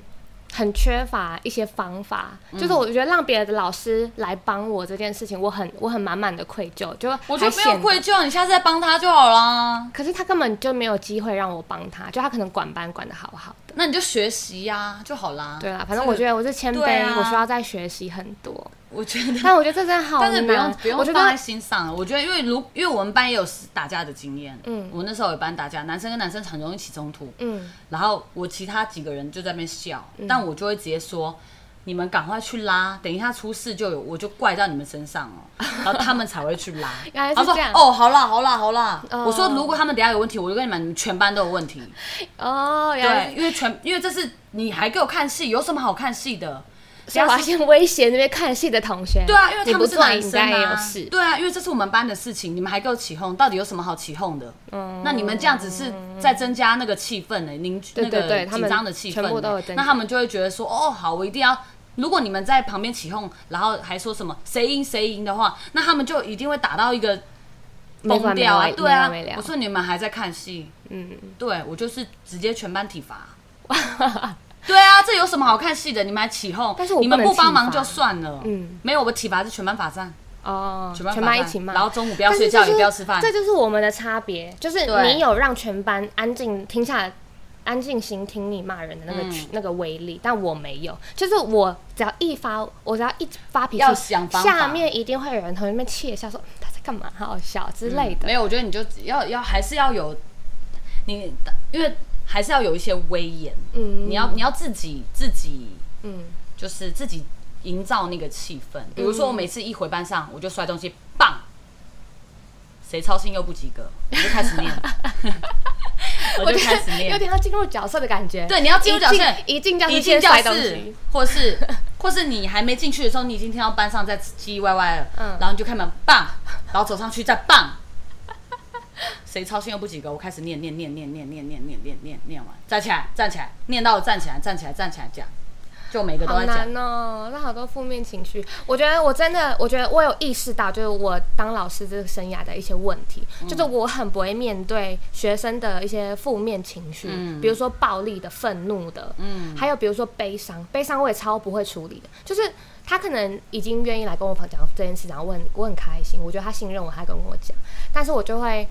Speaker 2: 很缺乏一些方法，
Speaker 1: 嗯
Speaker 2: 就是我觉得让别的老师来帮我这件事情，我很我很满满的愧疚，就
Speaker 1: 我就
Speaker 2: 还
Speaker 1: 没有
Speaker 2: 显
Speaker 1: 愧疚，你下次再帮他就好啦。
Speaker 2: 可是他根本就没有机会让我帮他，就他可能管班管的好好的。
Speaker 1: 那你就学习呀、就好啦。
Speaker 2: 对啊啦，反正我觉
Speaker 1: 得，
Speaker 2: 得我是谦
Speaker 1: 对
Speaker 2: 卑，
Speaker 1: 啊
Speaker 2: 我需要再学习很多。
Speaker 1: 我觉得，
Speaker 2: 但我觉得这真的
Speaker 1: 啊
Speaker 2: 好难，啊
Speaker 1: 但是不用不用
Speaker 2: 我觉
Speaker 1: 放
Speaker 2: 得
Speaker 1: 在心上了。我觉得，因为如因为我们班也有打架的经验，
Speaker 2: 嗯
Speaker 1: 我那时候有班打架，男生跟男生很容易起冲突，
Speaker 2: 嗯，
Speaker 1: 然后我其他几个人就在那边笑，但我就会直接说。你们赶快去拉，等一下出事就有，我就怪到你们身上哦， 然后他们才会去拉。
Speaker 2: 原来是
Speaker 1: 他说
Speaker 2: 这样：“
Speaker 1: 哦，好啦，好啦，好啦。
Speaker 2: 哦
Speaker 1: 我说：“如果他们等一下有问题，我就跟你们你们全班都有问题。”
Speaker 2: 哦，原来
Speaker 1: 对，
Speaker 2: 是
Speaker 1: 因为全因为这是你还给我看戏，有什么好看戏的？
Speaker 2: 所以我要先威胁那边看戏的同学。
Speaker 1: 对啊，因为
Speaker 2: 你
Speaker 1: 他
Speaker 2: 不
Speaker 1: 们是
Speaker 2: 做，
Speaker 1: 男
Speaker 2: 你应
Speaker 1: 生
Speaker 2: 该也有
Speaker 1: 啊
Speaker 2: 事。。
Speaker 1: 对啊，因为这是我们班的事情，你们还给我起哄，到底有什么好起哄的？
Speaker 2: 嗯
Speaker 1: 那你们这样子是在增加那个气氛呢、凝聚
Speaker 2: 对对
Speaker 1: 那
Speaker 2: 对
Speaker 1: 个
Speaker 2: 他
Speaker 1: 紧
Speaker 2: 们
Speaker 1: 张的气氛、欸
Speaker 2: 全部都有增加
Speaker 1: 那他们就会觉得说，哦，好，我一定要。如果你们在旁边起哄，然后还说什么谁赢谁赢的话，那他们就一定会打到一个
Speaker 2: 没完
Speaker 1: 崩掉啊！
Speaker 2: 没完
Speaker 1: 对啊
Speaker 2: 没完没了，
Speaker 1: 我说你们还在看戏，嗯，对我就是直接全班体罚。对啊，这有什么好看戏的？你们还起哄，
Speaker 2: 但是我
Speaker 1: 你们
Speaker 2: 不能
Speaker 1: 不帮忙
Speaker 2: 体罚
Speaker 1: 就算了，
Speaker 2: 嗯
Speaker 1: 嗯，没有，我体罚是全班罚站。
Speaker 2: 哦，
Speaker 1: 全班
Speaker 2: 全
Speaker 1: 罚
Speaker 2: 班一
Speaker 1: 站
Speaker 2: 起骂，
Speaker 1: 然后中午不要睡觉
Speaker 2: 但是就是
Speaker 1: 也不要吃饭
Speaker 2: 这就是我们的差别，就是
Speaker 1: 对
Speaker 2: 你有让全班安静听下来。安静心听你骂人的那个、
Speaker 1: 嗯
Speaker 2: 那个威力，但我没有，就是我只要一发，我只要一发脾气，
Speaker 1: 要想方法
Speaker 2: 下面一定会有人从那边窃笑说他在干嘛，好好笑之类的。
Speaker 1: 没有，我觉得你就要要还是要有你，因为还是要有一些威严。
Speaker 2: 嗯
Speaker 1: 你要你要自己自己
Speaker 2: 嗯，
Speaker 1: 就是自己营造那个气氛。比如说我每次一回班上，我就摔东西，棒，谁操心又不及格，我就开始 念，我就
Speaker 2: 觉
Speaker 1: 开始
Speaker 2: 得有
Speaker 1: 念。
Speaker 2: 点要进入角色的感觉。
Speaker 1: 对，你要进入角色，
Speaker 2: 一进一进教室
Speaker 1: 一进
Speaker 2: 先
Speaker 1: 教
Speaker 2: 摔东
Speaker 1: 室
Speaker 2: 西，，
Speaker 1: 或是或是你还没进去的时候，你已经听到班上在唧唧歪歪了，
Speaker 2: 嗯
Speaker 1: 然后你就开门棒，然后走上去再 棒，谁操心又不及格，我开始念念念念念念念念念念念完，站起来站起来，念到我站起来站起来站起来讲，就每个都
Speaker 2: 好
Speaker 1: 在讲，
Speaker 2: 难哦，那好多负面情绪。我觉得我真的，我觉得我有意识到，就是我当老师这个生涯的一些问题，
Speaker 1: 嗯
Speaker 2: 就是我很不会面对学生的一些负面情绪，
Speaker 1: 嗯
Speaker 2: 比如说暴力的、愤怒的，嗯，还有比如说悲伤，悲伤我也超不会处理的，就是。他可能已经愿意来跟我讲这件事，然后问我很开心，我觉得他信任我，他跟我讲，但是我就会，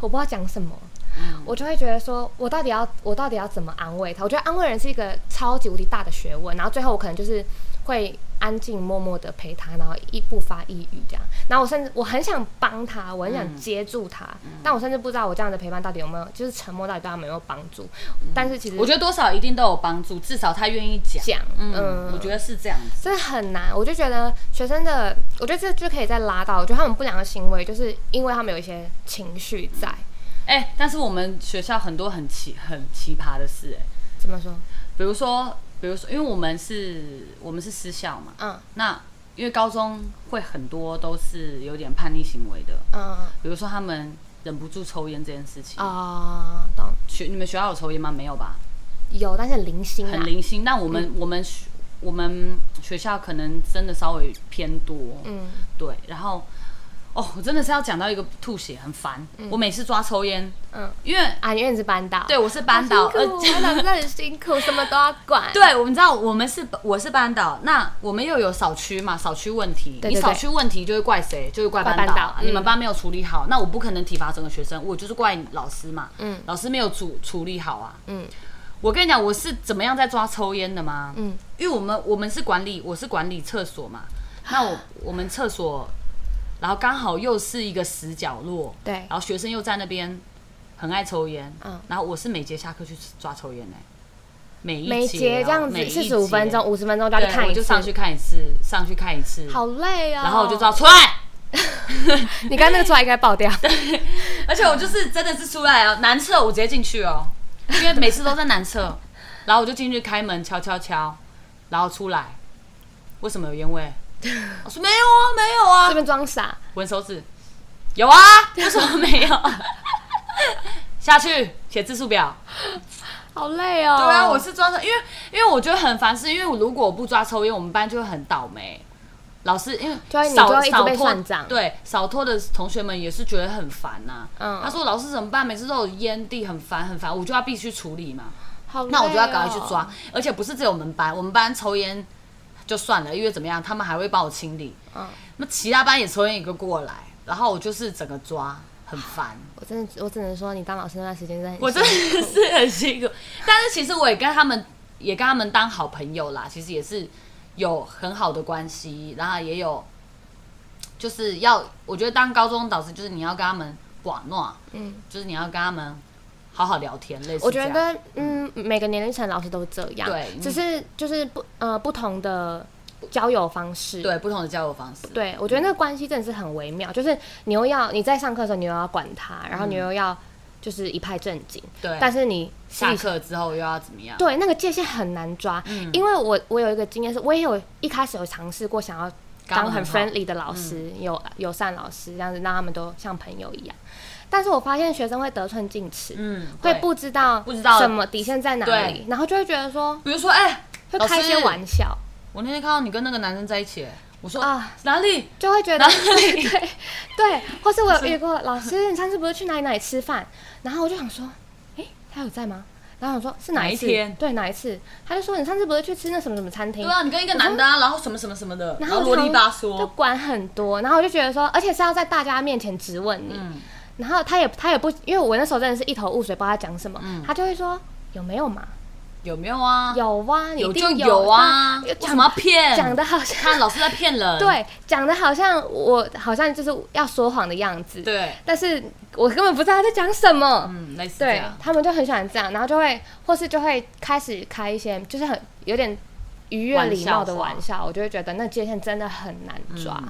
Speaker 2: 我不知道讲什么，
Speaker 1: 嗯
Speaker 2: 我就会觉得说，我到底要我到底要怎么安慰他？我觉得安慰人是一个超级无敌大的学问。然后最后我可能就是会安静默默的陪他，然后一不发一语这样。然后我甚至我很想帮他，我很
Speaker 1: 嗯
Speaker 2: 想接住他，但我甚至不知道我这样的陪伴到底有没有，就是沉默到底对他们有没有帮助。但是其实
Speaker 1: 嗯我觉得多少一定都有帮助，至少他愿意讲，
Speaker 2: 讲，嗯
Speaker 1: 嗯，我觉得是这样子，
Speaker 2: 这很难，我就觉得学生的，我觉得这就可以再拉到，我觉得他们不良的行为，就是因为他们有一些情绪在，
Speaker 1: 哎、但是我们学校很多很奇很奇葩的事、哎，
Speaker 2: 怎么说？
Speaker 1: 比如说，比如说，因为我们是我们是私校嘛，
Speaker 2: 嗯
Speaker 1: 那因为高中会很多都是有点叛逆行为的，
Speaker 2: 嗯
Speaker 1: 比如说他们忍不住抽烟这件事情。
Speaker 2: 啊，懂
Speaker 1: 学你们学校有抽烟吗？没有吧，
Speaker 2: 有，但是很零星
Speaker 1: 很
Speaker 2: 啊，
Speaker 1: 零星。但我们、我们学我们学校可能真的稍微偏多，
Speaker 2: 嗯，
Speaker 1: 对。然后哦，我真的是要讲到一个吐血，很烦。我每次抓抽烟，
Speaker 2: 嗯
Speaker 1: 嗯，因为
Speaker 2: 啊，因为你是班导，
Speaker 1: 对我是班导，呃
Speaker 2: 好辛苦哦班导真的很辛苦，什么都要管，
Speaker 1: 对，我们知道我们是我是班导，那我们又有少区嘛，少区问题，
Speaker 2: 对
Speaker 1: 你
Speaker 2: 对对
Speaker 1: 少区问题就会怪谁？就会怪班啊
Speaker 2: 怪班导
Speaker 1: 你们
Speaker 2: 嗯
Speaker 1: 班没有处理好，那我不可能体罚整个学生，我就是怪老师嘛，
Speaker 2: 嗯
Speaker 1: 老师没有处处理好啊，
Speaker 2: 嗯
Speaker 1: 我跟你讲，我是怎么样在抓抽烟的吗？
Speaker 2: 嗯，
Speaker 1: 因为我们我们是管理，我是管理厕所嘛，那我我们厕所，然后刚好又是一个死角落，
Speaker 2: 对
Speaker 1: 然，后学生又在那边很爱抽烟，
Speaker 2: 嗯
Speaker 1: 然后我是每节下课去抓抽烟呢、每一
Speaker 2: 每节
Speaker 1: 节哦啊
Speaker 2: 这样
Speaker 1: 每
Speaker 2: 子
Speaker 1: 一
Speaker 2: 四十五分
Speaker 1: 节
Speaker 2: 钟、五十分钟就要
Speaker 1: 对，
Speaker 2: 去看
Speaker 1: 我
Speaker 2: 一
Speaker 1: 就
Speaker 2: 次，
Speaker 1: 上去看一次，上去看一次，
Speaker 2: 好累啊、
Speaker 1: 然后我就知道出来，
Speaker 2: 你刚刚那 个出来应该爆掉，
Speaker 1: 而且我就是真的是出来哦，男厕我直接进去哦，因为每次都在男厕， 然后我就进去开门敲敲敲，然后出来，为什么有烟味？我说没有啊，没有
Speaker 2: 这
Speaker 1: 啊，
Speaker 2: 边装傻，
Speaker 1: 闻手指，有啊，为什么没有？ 下去写字数表。
Speaker 2: 好累哦。
Speaker 1: 对啊，我是抓着，因为因为我觉得很烦，是因为我如果我不抓抽烟，我们班就会很倒霉。老师因
Speaker 2: 就
Speaker 1: 为
Speaker 2: 会啊你
Speaker 1: 少
Speaker 2: 就会一直
Speaker 1: 少
Speaker 2: 被
Speaker 1: 拖
Speaker 2: 算账
Speaker 1: 对少拖的同学们也是觉得很烦呐、
Speaker 2: 嗯
Speaker 1: 他说老师怎么办？每次都有烟蒂，很烦很烦，我就要必须处理嘛。
Speaker 2: 好累哦、
Speaker 1: 那我就要赶快去抓，而且不是只有我们班，我们班抽烟就算了，因为怎么样，他们还会帮我清理。
Speaker 2: 嗯，
Speaker 1: 那其他班也抽烟一个过来，然后我就是整个抓，很烦。
Speaker 2: 我真的我只能说，你当老师那段时间真的很辛苦，
Speaker 1: 我真的是很辛苦，但是其实我也跟他们也跟他们当好朋友啦，其实也是有很好的关系，然后也有就是要我觉得当高中导师就是你要跟他们玩闹，
Speaker 2: 嗯，
Speaker 1: 就是你要跟他们好好聊天，类似
Speaker 2: 我
Speaker 1: 这
Speaker 2: 觉
Speaker 1: 样
Speaker 2: 得嗯，每个年龄层老师都是这样，
Speaker 1: 对
Speaker 2: 只是就是不呃不同的交友方式，
Speaker 1: 对不同的交友方式，
Speaker 2: 对，我觉得那个关系真的是很微妙，就是你又要你在上课的时候，你又要管他，然后你又要就是一派正经，
Speaker 1: 嗯对
Speaker 2: 但是你私
Speaker 1: 下
Speaker 2: 底下
Speaker 1: 课嗯之后又要怎么样？
Speaker 2: 对那个界限很难抓，因为我我有一个经验是，我也有一开始有尝试过想要
Speaker 1: 刚
Speaker 2: 当
Speaker 1: 好嗯
Speaker 2: 很 friendly 的老师，友友善老师，这样子让他们都像朋友一样，但是我发现学生会得寸进尺，
Speaker 1: 嗯，
Speaker 2: 会不知道
Speaker 1: 不知道
Speaker 2: 什么底线在哪
Speaker 1: 对
Speaker 2: 里，然后就会觉得说
Speaker 1: 比如说哎、
Speaker 2: 会
Speaker 1: 老
Speaker 2: 开一些
Speaker 1: 师
Speaker 2: 玩笑
Speaker 1: 我那天看到你跟那个男生在一起，我说
Speaker 2: 啊。
Speaker 1: 哪里？
Speaker 2: 就会觉得
Speaker 1: 哪
Speaker 2: 对对对，或是我有遇过老师，你上次不是去哪里哪里吃饭？然后我就想说，诶，他有在吗？然后我说是哪一次？
Speaker 1: 哪一天
Speaker 2: 对，哪一次？他就说你上次不是去吃那什么什么餐厅
Speaker 1: 对？啊，你跟一个男的、啊，然后什么什么什么的，然
Speaker 2: 嗯后
Speaker 1: 后
Speaker 2: 我就
Speaker 1: 啰
Speaker 2: 想
Speaker 1: 里
Speaker 2: 说
Speaker 1: 吧嗦，
Speaker 2: 就管很多。然后我就觉得说，而且是要在大家面前质问你。
Speaker 1: 嗯
Speaker 2: 然后他也他也不，因为我那时候真的是一头雾水，不知道他讲什么。他就会说有没有嘛？
Speaker 1: 有没有嗯啊？
Speaker 2: 有啊，你一
Speaker 1: 有
Speaker 2: 定
Speaker 1: 就
Speaker 2: 有
Speaker 1: 啊，
Speaker 2: 但
Speaker 1: 为
Speaker 2: 讲
Speaker 1: 什么要骗？嗯
Speaker 2: 讲的好像
Speaker 1: 看老师在骗人。
Speaker 2: 对，讲的好像我好像就是要说谎的样子。
Speaker 1: 对，
Speaker 2: 但是我根本不知道他在讲什么。
Speaker 1: 嗯，类似这
Speaker 2: 对
Speaker 1: 样。
Speaker 2: 他们就很喜欢这样，然后就会或是就会开始开一些就是很有点愉悦礼貌的玩
Speaker 1: 玩
Speaker 2: 笑，我就会觉得那界限真的很难抓。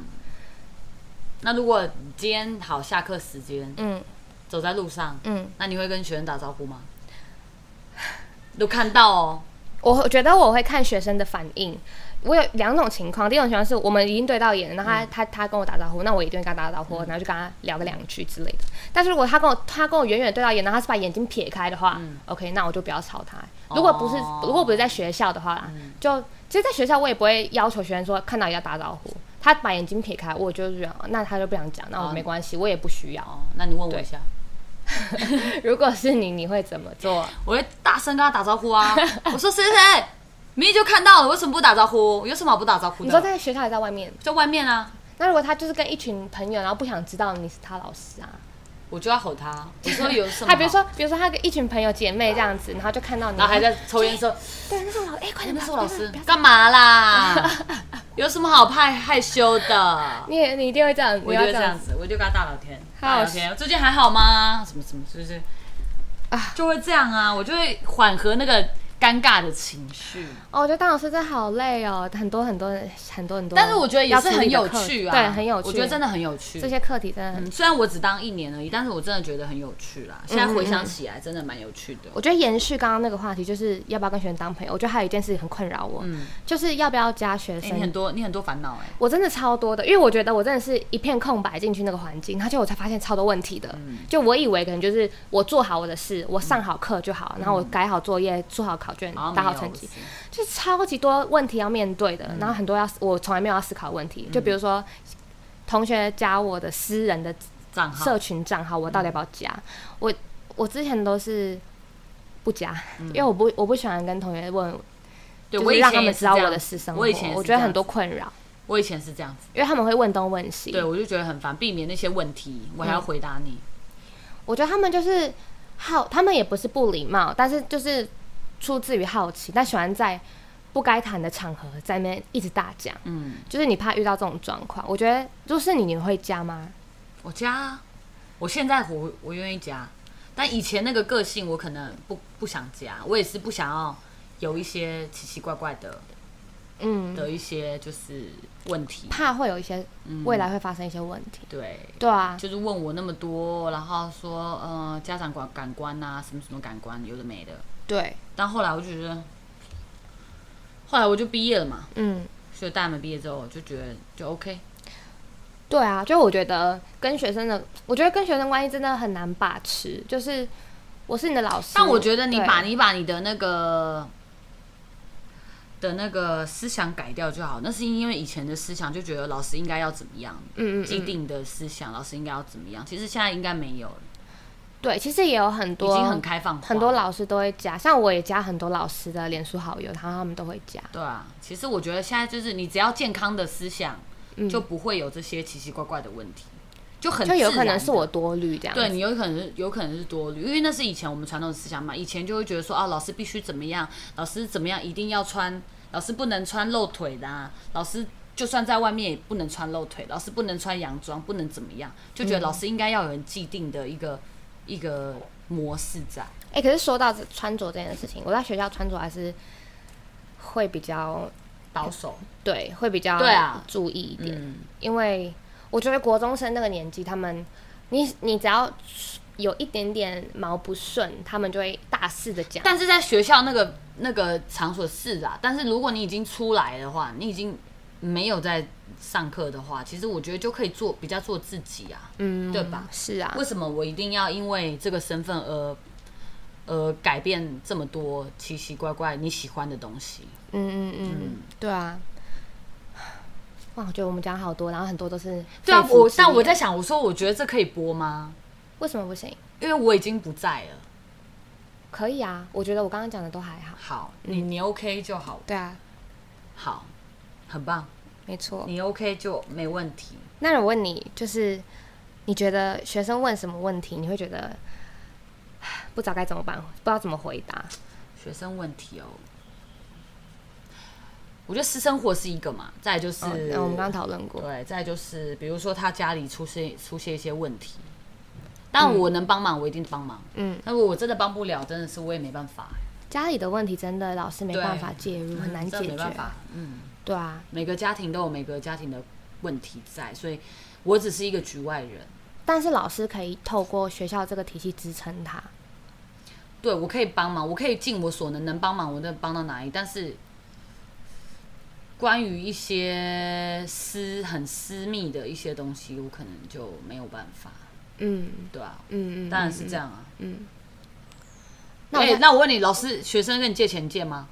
Speaker 1: 那如果今天好下课时间，
Speaker 2: 嗯
Speaker 1: 走在路上，
Speaker 2: 嗯，
Speaker 1: 那你会跟学生打招呼吗？都看到哦，
Speaker 2: 我觉得我会看学生的反应。我有两种情况，第一种情况是我们已经对到眼了，然后
Speaker 1: 嗯
Speaker 2: 他、他他跟我打招呼，那我一定会跟他打招呼，然后就跟他聊个两句之类的。但是如果他跟我他跟我远远对到眼，然后他是把眼睛撇开的话、o k 那我就不要吵他。如果不是、
Speaker 1: 嗯哦嗯
Speaker 2: 如果不是在学校的话啦，就其实，在学校我也不会要求学生说看到也要打招呼。他把眼睛撇开，我就是这样，那他就不想讲，那我
Speaker 1: 哦
Speaker 2: 没关系，我也不需要。
Speaker 1: 哦，那你问我
Speaker 2: 对
Speaker 1: 一下，
Speaker 2: 如果是你，你会怎么做？
Speaker 1: 我会大声跟他打招呼 啊。我说谁谁谁，明明就看到了，为什么不打招呼？有什么好不打招呼
Speaker 2: 你说
Speaker 1: 的？
Speaker 2: 在学校还是在外面？
Speaker 1: 在外面啊，
Speaker 2: 那如果他就是跟一群朋友，然后不想知道你是他老师啊？
Speaker 1: 我就要吼 他。我说有什么好？
Speaker 2: 他比如说，比如说他跟一群朋友姐妹这样子，然后就看到你，
Speaker 1: 然后还在抽烟的时候，
Speaker 2: 对，那是我老哎、快点，
Speaker 1: 那
Speaker 2: 不
Speaker 1: 是
Speaker 2: 要
Speaker 1: 我老师
Speaker 2: 不要，
Speaker 1: 干嘛 啦？有什么好怕害羞的？
Speaker 2: 你也你一定会这样，
Speaker 1: 我
Speaker 2: 你
Speaker 1: 就
Speaker 2: 要
Speaker 1: 会这样子，我就跟他大聊天，
Speaker 2: 好
Speaker 1: 大聊天。最近还好吗？什么什么，就是
Speaker 2: 啊
Speaker 1: 就会这样啊，我就会缓和那个尴尬的情绪。
Speaker 2: 哦，我觉得当老师真的好累哦，很多很多很多很多。
Speaker 1: 但是我觉得也
Speaker 2: 要
Speaker 1: 是
Speaker 2: 处
Speaker 1: 很
Speaker 2: 理的
Speaker 1: 有
Speaker 2: 课
Speaker 1: 趣啊，
Speaker 2: 对，很有趣。
Speaker 1: 我觉得真的很有趣
Speaker 2: 这。些课题真的很，
Speaker 1: 嗯，虽然我只当一年而已，但是我真的觉得很有趣啦。现在回想起来，真的蛮有趣的。
Speaker 2: 嗯我觉得延续刚刚那个话题，就是要不要跟学生当朋友。我觉得还有一件事情很困扰我，
Speaker 1: 嗯，
Speaker 2: 就是要不要加学
Speaker 1: 哎、
Speaker 2: 生。
Speaker 1: 你很多你很多烦恼哎，
Speaker 2: 我真的超多的，因为我觉得我真的是一片空白进去那个环境，而且我才发现超多问题的。
Speaker 1: 嗯
Speaker 2: 就我以为可能就是我做好我的事，我上好课就好，然后我改好作业、做好考卷、
Speaker 1: 好像
Speaker 2: 打好
Speaker 1: 嗯啊没有
Speaker 2: 成绩，就超级多问题要面对的。然后很多要我从来没有要思考的问
Speaker 1: 嗯
Speaker 2: 题，就比如说同学加我的私人的
Speaker 1: 账号
Speaker 2: 社群账号，我到底要不要加？
Speaker 1: 嗯
Speaker 2: 我我之前都是不加，因为我不我不喜欢跟同学问，
Speaker 1: 嗯对
Speaker 2: 就
Speaker 1: 我
Speaker 2: 是
Speaker 1: 以
Speaker 2: 让
Speaker 1: 前
Speaker 2: 他
Speaker 1: 也
Speaker 2: 们
Speaker 1: 是
Speaker 2: 知道
Speaker 1: 这样
Speaker 2: 我的
Speaker 1: 子
Speaker 2: 私生活。
Speaker 1: 我以前也
Speaker 2: 我
Speaker 1: 是
Speaker 2: 觉得
Speaker 1: 这
Speaker 2: 很
Speaker 1: 样
Speaker 2: 多
Speaker 1: 子，
Speaker 2: 困扰，
Speaker 1: 我以前是这样子，
Speaker 2: 因为他们会问东问西。
Speaker 1: 对我就觉得很烦，避免那些问题，我
Speaker 2: 嗯
Speaker 1: 还要回答你。
Speaker 2: 我觉得他们就是好，他们也不是不礼貌，但是就是出自于好奇，但喜欢在不该谈的场合在那边一直大讲。
Speaker 1: 嗯，
Speaker 2: 就是你怕遇到这种状况，我觉得就是你你会加吗？
Speaker 1: 我加、啊，我现在我我愿意加，但以前那个个性我可能不不想加，我也是不想要有一些奇奇怪怪的
Speaker 2: 嗯，
Speaker 1: 的一些就是问题。
Speaker 2: 怕会有一些未来会发生一些问题。
Speaker 1: 对，
Speaker 2: 对啊，
Speaker 1: 就是问我那么多，然后说呃家长管感官呐、什么什么感官，有的没的。
Speaker 2: 对，
Speaker 1: 但后来我就觉得，后来我就毕业了嘛，
Speaker 2: 嗯，
Speaker 1: 所以大门毕业之后我就觉得就 OK。
Speaker 2: 对啊，就我觉得跟学生的，我觉得跟学生关系真的很难把持，就是我是你的老师，
Speaker 1: 但我觉得你
Speaker 2: 对
Speaker 1: 把你把你的那个的那个思想改掉就好，那是因为以前的思想就觉得老师应该要怎么样，
Speaker 2: 嗯嗯
Speaker 1: 既
Speaker 2: 嗯，
Speaker 1: 定的思想老师应该要怎么样，其实现在应该没有了，
Speaker 2: 对，其实也有很
Speaker 1: 已
Speaker 2: 多
Speaker 1: 经很开放化
Speaker 2: 很多老师都会加，像我也加很多老师的脸书好友，然后他们都会加。
Speaker 1: 对啊，其实我觉得现在就是你只要健康的思想，
Speaker 2: 嗯
Speaker 1: 就不会有这些奇奇怪怪的问题，就很
Speaker 2: 就有
Speaker 1: 自
Speaker 2: 可能
Speaker 1: 然
Speaker 2: 是
Speaker 1: 地
Speaker 2: 我多虑这样
Speaker 1: 对
Speaker 2: 子，
Speaker 1: 你有可能是有可能是多虑，因为那是以前我们传统的思想嘛，以前就会觉得说啊，老师必须怎么样，老师怎么样一定要穿，老师不能穿露腿的、啊，老师就算在外面也不能穿露腿，老师不能穿洋装，不能怎么样，就
Speaker 2: 嗯
Speaker 1: 觉得老师应该要有人既定的一个、一个模式在。
Speaker 2: 哎、可是说到这穿着这件事情，我在学校穿着还是会比较
Speaker 1: 保守，
Speaker 2: 对，会比较
Speaker 1: 对啊
Speaker 2: 注意一点，
Speaker 1: 嗯，
Speaker 2: 因为我觉得国中生那个年纪，他们你你只要有一点点毛不顺，他们就会大肆的讲。
Speaker 1: 但是在学校那个那个场所是啊，但是如果你已经出来的话，你已经没有在上课的话，其实我觉得就可以做比较做自己啊，
Speaker 2: 嗯，
Speaker 1: 对吧？
Speaker 2: 是啊
Speaker 1: 为，什么我一定要因为这个身份而而改变这么多奇奇怪怪你喜欢的东西？
Speaker 2: 嗯嗯嗯，对啊。哇，我觉得我们讲好多，然后很多都是
Speaker 1: 对啊
Speaker 2: 肺，腑
Speaker 1: 我
Speaker 2: 之
Speaker 1: 但我
Speaker 2: 言
Speaker 1: 在想，我说我觉得这可以播吗？
Speaker 2: 为什么不行？
Speaker 1: 因为我已经不在了。
Speaker 2: 可以啊，我觉得我刚刚讲的都还好。
Speaker 1: 好，你你 OK 就好，
Speaker 2: 对啊，
Speaker 1: 好，很棒，
Speaker 2: 没错。
Speaker 1: 你 OK 就没问题。
Speaker 2: 那我问你，就是你觉得学生问什么问题，你会觉得 唉不知道该怎么办，不知道怎么回答？
Speaker 1: 学生问题哦，我觉得私生活是一个嘛，再来就是、
Speaker 2: 哦那我们刚嗯刚讨论过，
Speaker 1: 对，再就是比如说他家里出现出现一些问题，但我能帮忙，我一定帮忙。
Speaker 2: 嗯，
Speaker 1: 那如果我真的帮不了，真的是我也没办法，
Speaker 2: 家里的问题真的老师没
Speaker 1: 对
Speaker 2: 办法介入，很难
Speaker 1: 嗯真
Speaker 2: 解
Speaker 1: 的没。
Speaker 2: 决
Speaker 1: 办法。嗯，
Speaker 2: 对啊，
Speaker 1: 每个家庭都有每个家庭的问题在，所以我只是一个局外人。
Speaker 2: 但是老师可以透过学校这个体系支撑他。
Speaker 1: 对我可以帮忙，我可以尽我所能，能帮忙我能帮到哪里。但是关于一些私很私密的一些东西，我可能就没有办法，
Speaker 2: 嗯
Speaker 1: 对啊，
Speaker 2: 嗯嗯，
Speaker 1: 当然是这样啊。
Speaker 2: 嗯。那
Speaker 1: 那
Speaker 2: 我
Speaker 1: 我、
Speaker 2: 再
Speaker 1: 那我问你，老师学生跟你借钱借吗？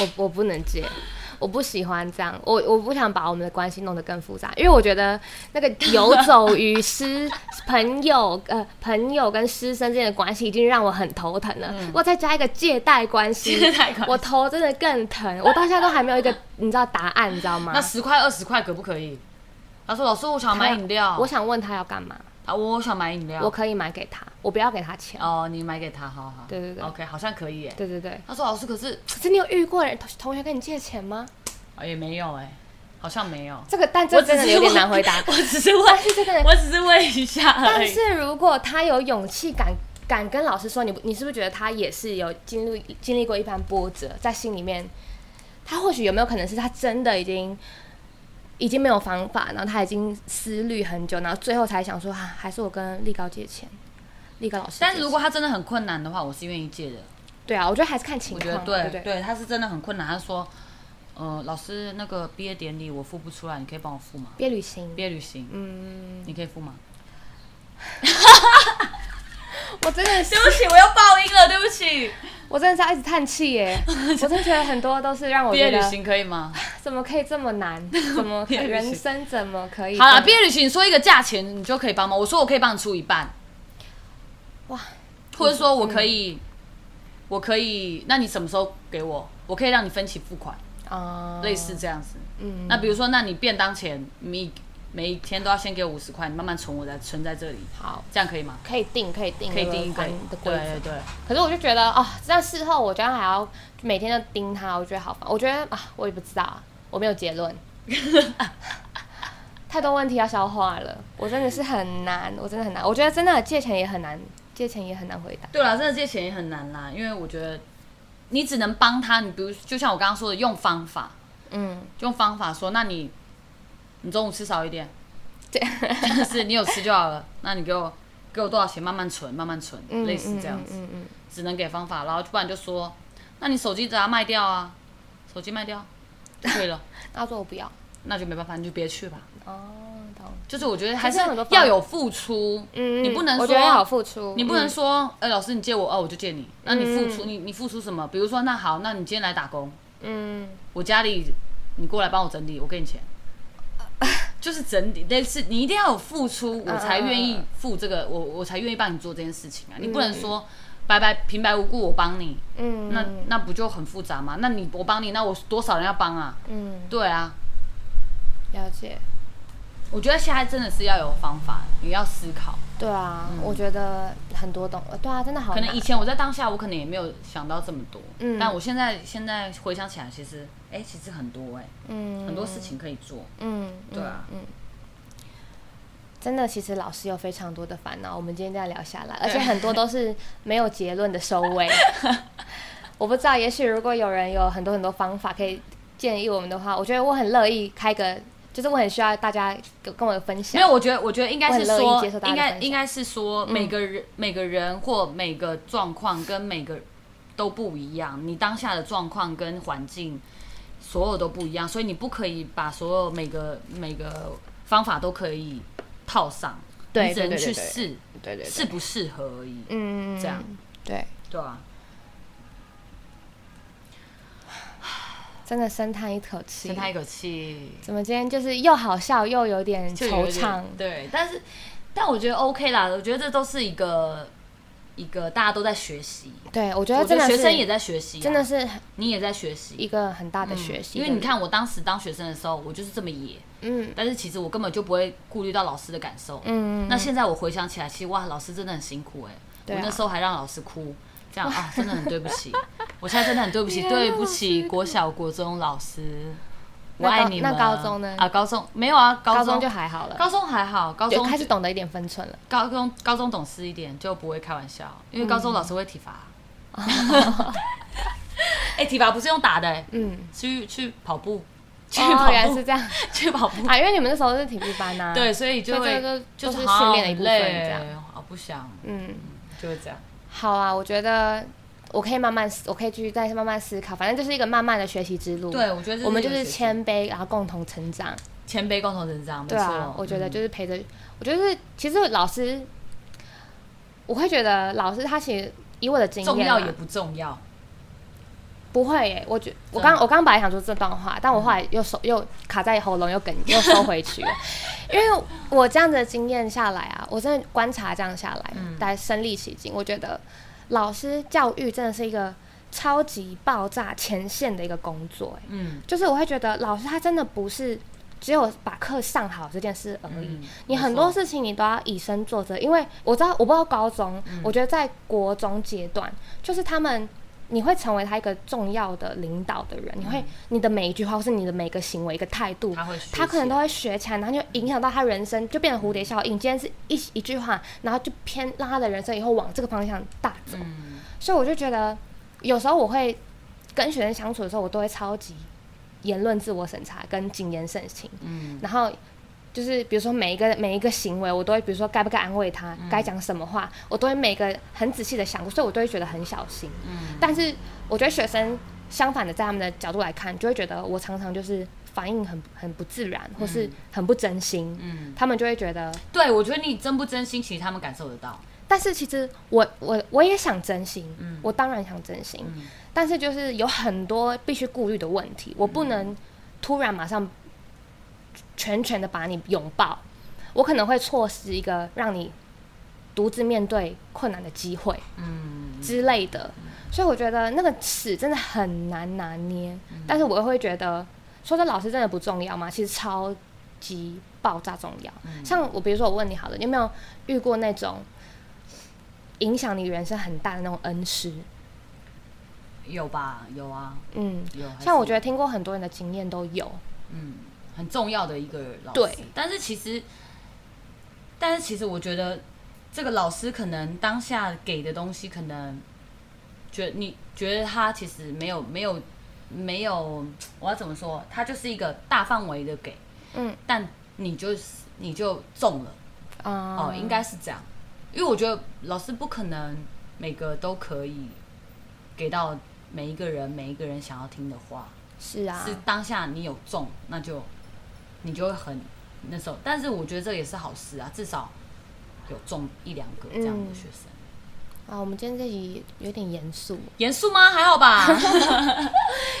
Speaker 2: 我我不能接，我不喜欢这样，我我不想把我们的关系弄得更复杂，因为我觉得那个游走于师朋友呃朋友跟师生之间的关系已经让我很头疼了，我再加一个借贷关系，
Speaker 1: 嗯借贷关系
Speaker 2: 我头真的更疼，我到现在都还没有一个你知道答案，你知道吗
Speaker 1: 那？十块二十块可不可以？他说：“老师，我想买饮料。
Speaker 2: 我想问他要干嘛，
Speaker 1: 啊，我想买饮料。
Speaker 2: 我可以买给他，我不要给他钱。
Speaker 1: 哦，你买给他，好好。
Speaker 2: 对对对
Speaker 1: OK，好像可以耶。
Speaker 2: 对对对，
Speaker 1: 他说：“老师，可是
Speaker 2: 可是你有遇过人同同学跟你借钱吗？
Speaker 1: 啊也没有哎，好像没有。
Speaker 2: 这个但
Speaker 1: 我
Speaker 2: 这
Speaker 1: 只
Speaker 2: 真的
Speaker 1: 是
Speaker 2: 有点
Speaker 1: 问
Speaker 2: 难回
Speaker 1: 。
Speaker 2: 答
Speaker 1: 我只是问
Speaker 2: 但是这个人，
Speaker 1: 我只是问一下而
Speaker 2: 但
Speaker 1: 已。
Speaker 2: 是如果他有勇气敢敢跟老师说，你不你是不是觉得他也是有经历经历过一番波折，在心里面，他或许有没有可能是他真的已经已经没有方法，然后他已经思虑很久，然后最后才想说啊，还是我跟立高借钱，立高老师借钱。
Speaker 1: 但是如果他真的很困难的话，我是愿意借的。
Speaker 2: 对啊，我觉得还是看情
Speaker 1: 我
Speaker 2: 况
Speaker 1: 觉得
Speaker 2: 啊，
Speaker 1: 对
Speaker 2: 不对？
Speaker 1: 对，他是真的很困难。他说，呃，老师那个毕业典礼我付不出来，你可以帮我付吗？
Speaker 2: 毕业旅行
Speaker 1: 毕，业旅行
Speaker 2: 嗯，
Speaker 1: 你可以付吗？
Speaker 2: 我真的是
Speaker 1: 对不起，我又爆音了，对不起。
Speaker 2: 我真的是要一直叹 气耶！我真的觉得很多都是让我
Speaker 1: 毕业
Speaker 2: 觉
Speaker 1: 旅
Speaker 2: 得，
Speaker 1: 行可以吗？
Speaker 2: 怎么可以这么 难？怎么可
Speaker 1: 毕业旅行
Speaker 2: 人生怎么可以？
Speaker 1: 好了，毕业旅行你说一个价钱，你就可以帮忙。我说我可以帮你出一半，
Speaker 2: 哇，
Speaker 1: 或者说我嗯可以，我可以，那你什么时候给我？我可以让你分期付款，
Speaker 2: 啊、
Speaker 1: 类似这样子。
Speaker 2: 嗯，
Speaker 1: 那比如说，那你便当钱，你每一天都要先给我五十块，你慢慢存，我再存在这里，
Speaker 2: 好，
Speaker 1: 这样可以吗？
Speaker 2: 可以定，可以定，
Speaker 1: 可以定一个
Speaker 2: 还的规
Speaker 1: 对对
Speaker 2: 则。
Speaker 1: 对。
Speaker 2: 可是我就觉得，哦，这样事后我这样还要每天都盯他，我觉得好烦。我觉得啊，我也不知道啊，我没有结论， 太多问题要消化了，我真的是很难，我真的很难。我觉得真的借钱也很难，借钱也很难回答。
Speaker 1: 对啦，真的借钱也很难啦，因为我觉得你只能帮他，你比如就像我刚刚说的，用方法，
Speaker 2: 嗯，
Speaker 1: 用方法说，那你你中午吃少一点，
Speaker 2: 对，
Speaker 1: 就是你有吃就好了，那你给我给我多少钱，慢慢存，慢慢存，
Speaker 2: 嗯
Speaker 1: 类似这样子，
Speaker 2: 嗯嗯嗯嗯
Speaker 1: 只能给方法，然后不然就说，那你手机把它卖掉啊，手机卖掉，对了，
Speaker 2: 那说我不要。
Speaker 1: 那就没办法，你就别去吧。
Speaker 2: 哦，懂。
Speaker 1: 就是我觉得还是
Speaker 2: 可是很多方
Speaker 1: 要有付出，
Speaker 2: 嗯，
Speaker 1: 你不能
Speaker 2: 我
Speaker 1: 说
Speaker 2: 觉得要有付出，
Speaker 1: 你不能
Speaker 2: 嗯
Speaker 1: 说，哎、老师你借我，哦，我就借你。那你付出，你你付出什么？比如说，那好，那你今天来打工，
Speaker 2: 嗯，
Speaker 1: 我家里你过来帮我整理，我给你钱。
Speaker 2: 呃
Speaker 1: 就是整理，但是你一定要有付出，我才愿
Speaker 2: 嗯
Speaker 1: 意付这个，我我才愿意帮你做这件事情啊。你不能说白白平白无故我帮你，
Speaker 2: 嗯，
Speaker 1: 那那不就很复杂吗？那你我帮你，那我多少人要帮啊？
Speaker 2: 嗯，
Speaker 1: 对啊，
Speaker 2: 了解。
Speaker 1: 我觉得现在真的是要有方法，你要思考。
Speaker 2: 对啊，我觉得很多东，呃对啊，真的
Speaker 1: 嗯
Speaker 2: 好
Speaker 1: 可
Speaker 2: 难。
Speaker 1: 能以前我在当下，我可能也没有想到这么多，
Speaker 2: 嗯
Speaker 1: 但我现在现在回想起来，其实，哎、其实很多哎、
Speaker 2: 嗯
Speaker 1: 很多事情可以做，
Speaker 2: 嗯，
Speaker 1: 对啊
Speaker 2: 嗯，嗯真的，其实老师有非常多的烦恼，我们今天这样聊下来，而且很多都是没有结论的收 尾。我不知道，也许如果有人有很多很多方法可以建议我们的话，我觉得我很乐意开个，就是我很需要大家跟跟我分
Speaker 1: 没
Speaker 2: 享
Speaker 1: 有，。我觉得我觉得应该是
Speaker 2: 我很乐
Speaker 1: 说
Speaker 2: 意接受，大家
Speaker 1: 应
Speaker 2: 的分
Speaker 1: 该
Speaker 2: 享
Speaker 1: 应该是说每个人、每个人或每个状况跟每个都不一样，你当下的状况跟环境所有都不一样，所以你不可以把所有每个每个方法都可以套上，
Speaker 2: 对
Speaker 1: 你只
Speaker 2: 对
Speaker 1: 能
Speaker 2: 对
Speaker 1: 去
Speaker 2: 对
Speaker 1: 试
Speaker 2: 对对
Speaker 1: 适不适合而已，
Speaker 2: 嗯，
Speaker 1: 这样
Speaker 2: 对。
Speaker 1: 对啊。
Speaker 2: 真的深叹一口气，
Speaker 1: 深叹一口气，
Speaker 2: 怎么今天就是又好笑又有点
Speaker 1: 就有
Speaker 2: 惆
Speaker 1: 点
Speaker 2: 怅？
Speaker 1: 对，但是但我觉得 OK 啦，我觉得这都是一个一个大家都在学习，
Speaker 2: 对，我觉
Speaker 1: 我
Speaker 2: 得
Speaker 1: 觉
Speaker 2: 真
Speaker 1: 得
Speaker 2: 的
Speaker 1: 学
Speaker 2: 是
Speaker 1: 生也在学习啊、
Speaker 2: 真的是
Speaker 1: 你也在学习。嗯
Speaker 2: 一个很大的学习，
Speaker 1: 因为你，看，我当时当学生的时候，我就是这么野，
Speaker 2: 嗯
Speaker 1: 但是其实我根本就不会顾虑到老师的感受。
Speaker 2: 嗯，
Speaker 1: 那现在我回想起来，其实哇，老师真的很辛苦哎、
Speaker 2: 对啊
Speaker 1: 我那时候还让老师哭，这 样啊，真的很对不起。我现在真的很对不起，
Speaker 2: 啊
Speaker 1: 对不起国小、国中老师，我
Speaker 2: 那高
Speaker 1: 爱你们。
Speaker 2: 那高中呢
Speaker 1: 啊，高中没有啊，
Speaker 2: 高
Speaker 1: 高中
Speaker 2: 中就还好了，
Speaker 1: 高中还好，高
Speaker 2: 就
Speaker 1: 中
Speaker 2: 开始懂得一点分寸了。
Speaker 1: 高中高中懂事一点，就不会开玩笑，因为高中老师会体罚。
Speaker 2: 嗯
Speaker 1: 哎、体罚不是用打的、欸，
Speaker 2: 嗯，
Speaker 1: 去去跑步， 去跑
Speaker 2: 哦，
Speaker 1: 步，
Speaker 2: 原 来是这样
Speaker 1: 去跑步。
Speaker 2: 啊，因为你们那时候是体育班呐，
Speaker 1: 对，，所以就
Speaker 2: 所
Speaker 1: 会
Speaker 2: 以这个
Speaker 1: 就
Speaker 2: 都是
Speaker 1: 好
Speaker 2: 训练的一部分
Speaker 1: 累
Speaker 2: 这样
Speaker 1: 好不想，
Speaker 2: 嗯，
Speaker 1: 就会这样。
Speaker 2: 好啊，我觉得。我可以慢慢思，我可以继续再慢慢思考，反正就是一个慢慢的学习之路。
Speaker 1: 对我觉得这是
Speaker 2: 我们
Speaker 1: 一
Speaker 2: 就
Speaker 1: 个
Speaker 2: 是
Speaker 1: 学习
Speaker 2: 谦卑，然后共同成长。
Speaker 1: 前辈共同成长，没
Speaker 2: 对
Speaker 1: 错、
Speaker 2: 啊，我觉得
Speaker 1: 嗯
Speaker 2: 就是陪着，我觉得是其实老师，我会觉得老师他其实以我的经
Speaker 1: 嗯重
Speaker 2: 验
Speaker 1: 要
Speaker 2: 啊，
Speaker 1: 也不重要，
Speaker 2: 不会耶。我觉我
Speaker 1: 真的嗯
Speaker 2: 刚我刚本来想说这段话，但我后来又收又卡在喉咙，又哽又收回 去了，因为我这样的经验下来啊，我真的观察这样下来，
Speaker 1: 嗯
Speaker 2: 来身历其境，我觉得老师教育真的是一个超级爆炸前线的一个工作耶，
Speaker 1: 嗯，
Speaker 2: 就是我会觉得老师他真的不是只有把课上好这件事而已，
Speaker 1: 嗯
Speaker 2: 你
Speaker 1: 没
Speaker 2: 很多
Speaker 1: 错
Speaker 2: 事情你都要以身
Speaker 1: 嗯
Speaker 2: 作则，因为我知道我不知道高中，我觉得在国中阶段，就是他们你会成为他一个重要的领导的人，你
Speaker 1: 嗯
Speaker 2: 会你的每一句话，或是你的每个行为、一个态度，
Speaker 1: 他会学
Speaker 2: 他可能
Speaker 1: 起
Speaker 2: 都会学起来，然后就影响到他人生，就变成蝴蝶效应。今天是一一句话，然后就偏让他的人生以后往这个方向大走。
Speaker 1: 嗯，
Speaker 2: 所以我就觉得，有时候我会跟学生相处的时候，我都会超级言论自我审查跟谨言慎行。
Speaker 1: 嗯，
Speaker 2: 然后就是比如说每一个每一个行为，我都会比如说该不该安慰他，该讲什么话，我都会每个很仔细的想过，所以我都会觉得很小心。
Speaker 1: 嗯
Speaker 2: 但是我觉得学生相反的，在他们的角度来看，就会觉得我常常就是反应很很不自然，或是很不真心。
Speaker 1: 嗯
Speaker 2: 他们就会觉得，
Speaker 1: 对，我觉得你真不真心，其实他们感受得到。
Speaker 2: 但是其实我我我也想真心，我当然想真心，
Speaker 1: 嗯
Speaker 2: 但是就是有很多必须顾虑的问题，我不能突然马上全全的把你拥抱，我可能会错失一个让你独自面对困难的机会
Speaker 1: 嗯
Speaker 2: 之类的，所以我觉得那个尺真的很难拿捏，但是我又会觉得，说这老师真的不重要吗？其实超级爆炸重要。
Speaker 1: 嗯
Speaker 2: 像我比如说我问你好了，你有没有遇过那种影响你人生很大的那种恩师？
Speaker 1: 有吧？有啊，
Speaker 2: 嗯，
Speaker 1: 有。还是
Speaker 2: 像我
Speaker 1: 有
Speaker 2: 觉得听过很多人的经验都有，
Speaker 1: 嗯，很重要的一个老师。
Speaker 2: 对，
Speaker 1: 但是其实，但是其实我觉得这个老师可能当下给的东西，可能觉得你觉得他其实没有没有没有，我要怎么说？他就是一个大范围的给，
Speaker 2: 嗯
Speaker 1: 但你就是你就中了
Speaker 2: 啊、
Speaker 1: 哦，应该是这样，因为我觉得老师不可能每个都可以给到每一个人每一个人想要听的话。
Speaker 2: 是啊，
Speaker 1: 是当下你有中，那就你就会很那时候。但是我觉得这也是好事啊，至少有中一两个这样的学生。
Speaker 2: 啊，我们今天这集有点严肃，
Speaker 1: 严肃吗？还好吧。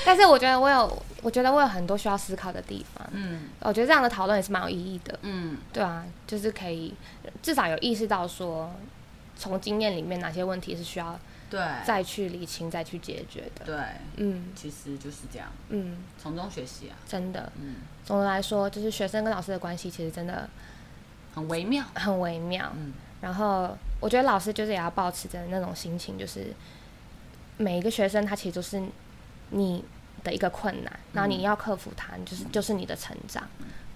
Speaker 2: 但是我觉得我有，我觉得我有很多需要思考的地方。
Speaker 1: 嗯
Speaker 2: 我觉得这样的讨论也是蛮有意义的，
Speaker 1: 嗯
Speaker 2: 对啊，就是可以至少有意识到说，从经验里面哪些问题是需要
Speaker 1: 对
Speaker 2: 再去理清、再去解决的。
Speaker 1: 对，
Speaker 2: 嗯
Speaker 1: 其实就是这样，
Speaker 2: 嗯，
Speaker 1: 从中学习啊，
Speaker 2: 真的。
Speaker 1: 嗯，
Speaker 2: 总的来说，就是学生跟老师的关系其实真的
Speaker 1: 很微妙。
Speaker 2: 很微妙。
Speaker 1: 嗯
Speaker 2: 然后我觉得老师就是也要保持着那种心情，就是每一个学生他其实都是你的一个困难，
Speaker 1: 嗯
Speaker 2: 然后你要克服它，你就是就是你的成长。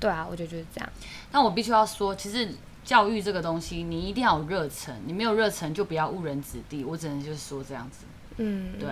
Speaker 2: 对啊，我觉得就是这样。
Speaker 1: 但我必须要说，其实教育这个东西，你一定要有热忱，你没有热忱就不要误人子弟。我只能就是说这样子，
Speaker 2: 嗯，
Speaker 1: 对，，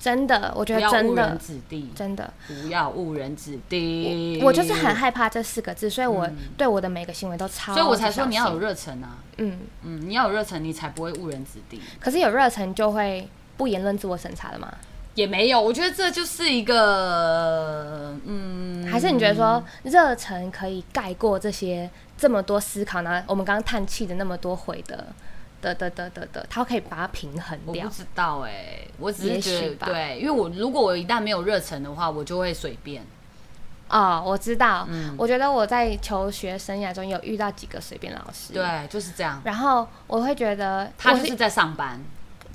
Speaker 2: 真的，我觉
Speaker 1: 不
Speaker 2: 得
Speaker 1: 要
Speaker 2: 真
Speaker 1: 误人
Speaker 2: 的
Speaker 1: 子嗯弟，
Speaker 2: 真的，
Speaker 1: 不要误人子弟。
Speaker 2: 我就是很害怕这四个字，所以我对我的每个行为都超，
Speaker 1: 所嗯以我才说你要有，热忱啊。
Speaker 2: 嗯，
Speaker 1: 嗯，你要有热忱，你才不会误人子弟。
Speaker 2: 可是有热忱就会不言论自我审查了吗？
Speaker 1: 也没有，我觉得这就是一个，嗯，
Speaker 2: 还是你觉得说热忱可以盖过这些这么多思考呢？我们刚刚叹气的那么多回的的的的的的，它可以把它平衡
Speaker 1: 我不
Speaker 2: 掉。
Speaker 1: 知道哎、我只是
Speaker 2: 也
Speaker 1: 觉
Speaker 2: 许
Speaker 1: 得
Speaker 2: 吧
Speaker 1: 对，因为我如果我一旦没有热忱的话，我就会随便。
Speaker 2: 哦，我知道，
Speaker 1: 嗯
Speaker 2: 我觉得我在求学生涯中有遇到几个随便老师，，
Speaker 1: 对，就是这样。
Speaker 2: 然后我会觉得
Speaker 1: 他
Speaker 2: 我
Speaker 1: 就是在上班，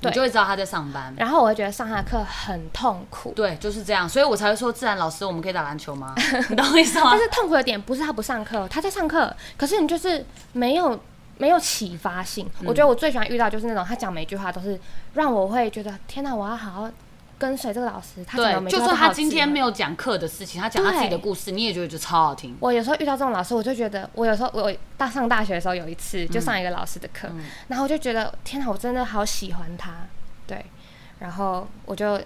Speaker 1: 你
Speaker 2: 对
Speaker 1: 就会知道他在上班。
Speaker 2: 然后我会觉得上他的课很痛苦，
Speaker 1: 对，就是这样，所以我才会说，自然老师，我们可以打篮球 吗？你懂我意思吗
Speaker 2: 但？是痛苦的点不是他不上课，他在上课，可是你就是没有没有启发性。我觉得我最喜欢遇到就是那种他讲每句话都是让我会觉得天哪，我要好好跟随这个老师。他讲的
Speaker 1: 对，
Speaker 2: 每句
Speaker 1: 就
Speaker 2: 话
Speaker 1: 算
Speaker 2: 都
Speaker 1: 他
Speaker 2: 好哦
Speaker 1: 今天
Speaker 2: 值得
Speaker 1: 没有讲课的事情，他讲他自己的故事，你也觉得就超好听。
Speaker 2: 我有时候遇到这种老师，我就觉得，我有时候我大上大学的时候有一次就上一个老师的课，然后我就觉得天哪，我真的好喜欢他，对，然后我就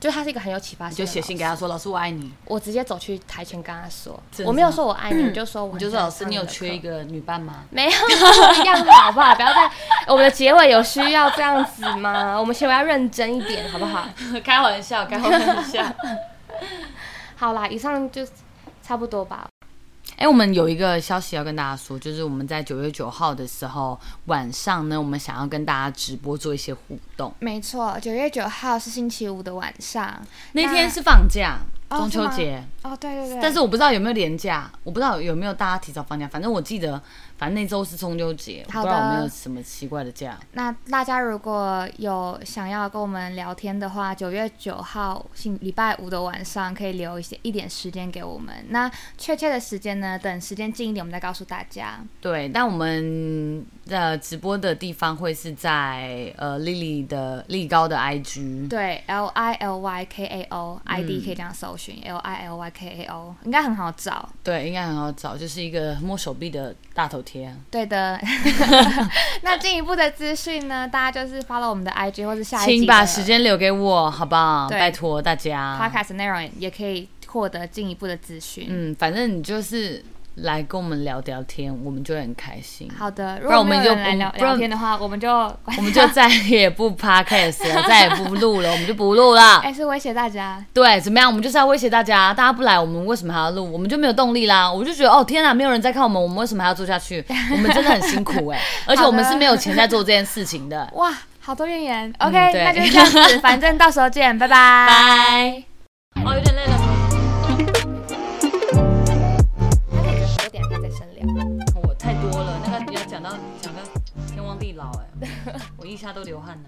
Speaker 2: 就他是一个很有启发
Speaker 1: 你就
Speaker 2: 性的老师，
Speaker 1: 写信给他说，老师我爱你。
Speaker 2: 嗯我直接走去台前跟他说，
Speaker 1: 真的
Speaker 2: 我没有说我爱你，我就说
Speaker 1: 你
Speaker 2: 我很
Speaker 1: 就说
Speaker 2: 想
Speaker 1: 老师，
Speaker 2: 上
Speaker 1: 你有
Speaker 2: 的
Speaker 1: 缺
Speaker 2: 课
Speaker 1: 一个女伴吗？
Speaker 2: 没有一样好不好？不要再我们的结尾有需要这样子吗？我们结尾要认真一点，好不好？
Speaker 1: 开玩笑，开玩笑。
Speaker 2: 好啦，以上就差不多吧。
Speaker 1: 哎、我们有一个消息要跟大家说，就是我们在九月九号的时候晚上呢，我们想要跟大家直播做一些互动。
Speaker 3: 没错，九月九号是星期五的晚上。
Speaker 1: 那天是放假，
Speaker 3: 哦
Speaker 1: 中秋节。
Speaker 3: 哦，对对对，
Speaker 1: 但是我不知道有没有连假，我不知道有没有大家提早放假。反正我记得反正那周是中秋节，我不
Speaker 2: 好
Speaker 1: 知
Speaker 2: 的
Speaker 1: 道有没有什么奇怪的假。
Speaker 2: 那大家如果有想要跟我们聊天的话，九月九号星礼拜五的晚上可以留一些一点时间给我们。那确切的时间呢，等时间近一点我们再告诉大家。
Speaker 1: 对，但我们的直播的地方会是在呃 Lily 的力高的 IG。
Speaker 2: 对，L I L Y K A O I
Speaker 1: 嗯
Speaker 2: D 可以这样搜寻、l I L Y K A O 应该很好找。
Speaker 1: 对，应该很好找，就是一个摸手臂的大头贴。
Speaker 2: 对 的，那进一步的资讯呢，大家就是 follow 我们的 IG 或者下一集
Speaker 1: 请
Speaker 2: 的
Speaker 1: 把时间留给我，好不好？
Speaker 2: 对
Speaker 1: 拜托大家。
Speaker 2: podcast 内容也可以获得进一步的资讯。
Speaker 1: 嗯，反正你就是来跟我们聊聊天，我们就会很开心。
Speaker 2: 好的，如
Speaker 1: 然
Speaker 2: 果
Speaker 1: 我们
Speaker 2: 没有
Speaker 1: 就
Speaker 2: 人
Speaker 1: 不
Speaker 2: 来聊
Speaker 1: 不然
Speaker 2: 聊天的话，我们就
Speaker 1: 我们就再也不 podcast 了， 再也不录了，我们就不录了。
Speaker 2: 哎、是威胁大家。
Speaker 1: 对，怎么样？我们就是要威胁大家，大家不来，我们为什么还要录？我们就没有动力啦。我就觉得，哦，天哪，没有人在看我们，我们为什么还要做下 去？我们真的很辛苦哎、而且我们是没有钱在做这件事情的。
Speaker 2: 哇，好多怨言。OK，、
Speaker 1: 嗯对
Speaker 2: 那就是这样子，反正到时候见，拜拜。
Speaker 1: 拜。哦，有点累了，
Speaker 4: 那可以等九点可以再深聊。
Speaker 1: 我太多了，那个你要讲到讲到天荒地老哎、我一下都流汗了。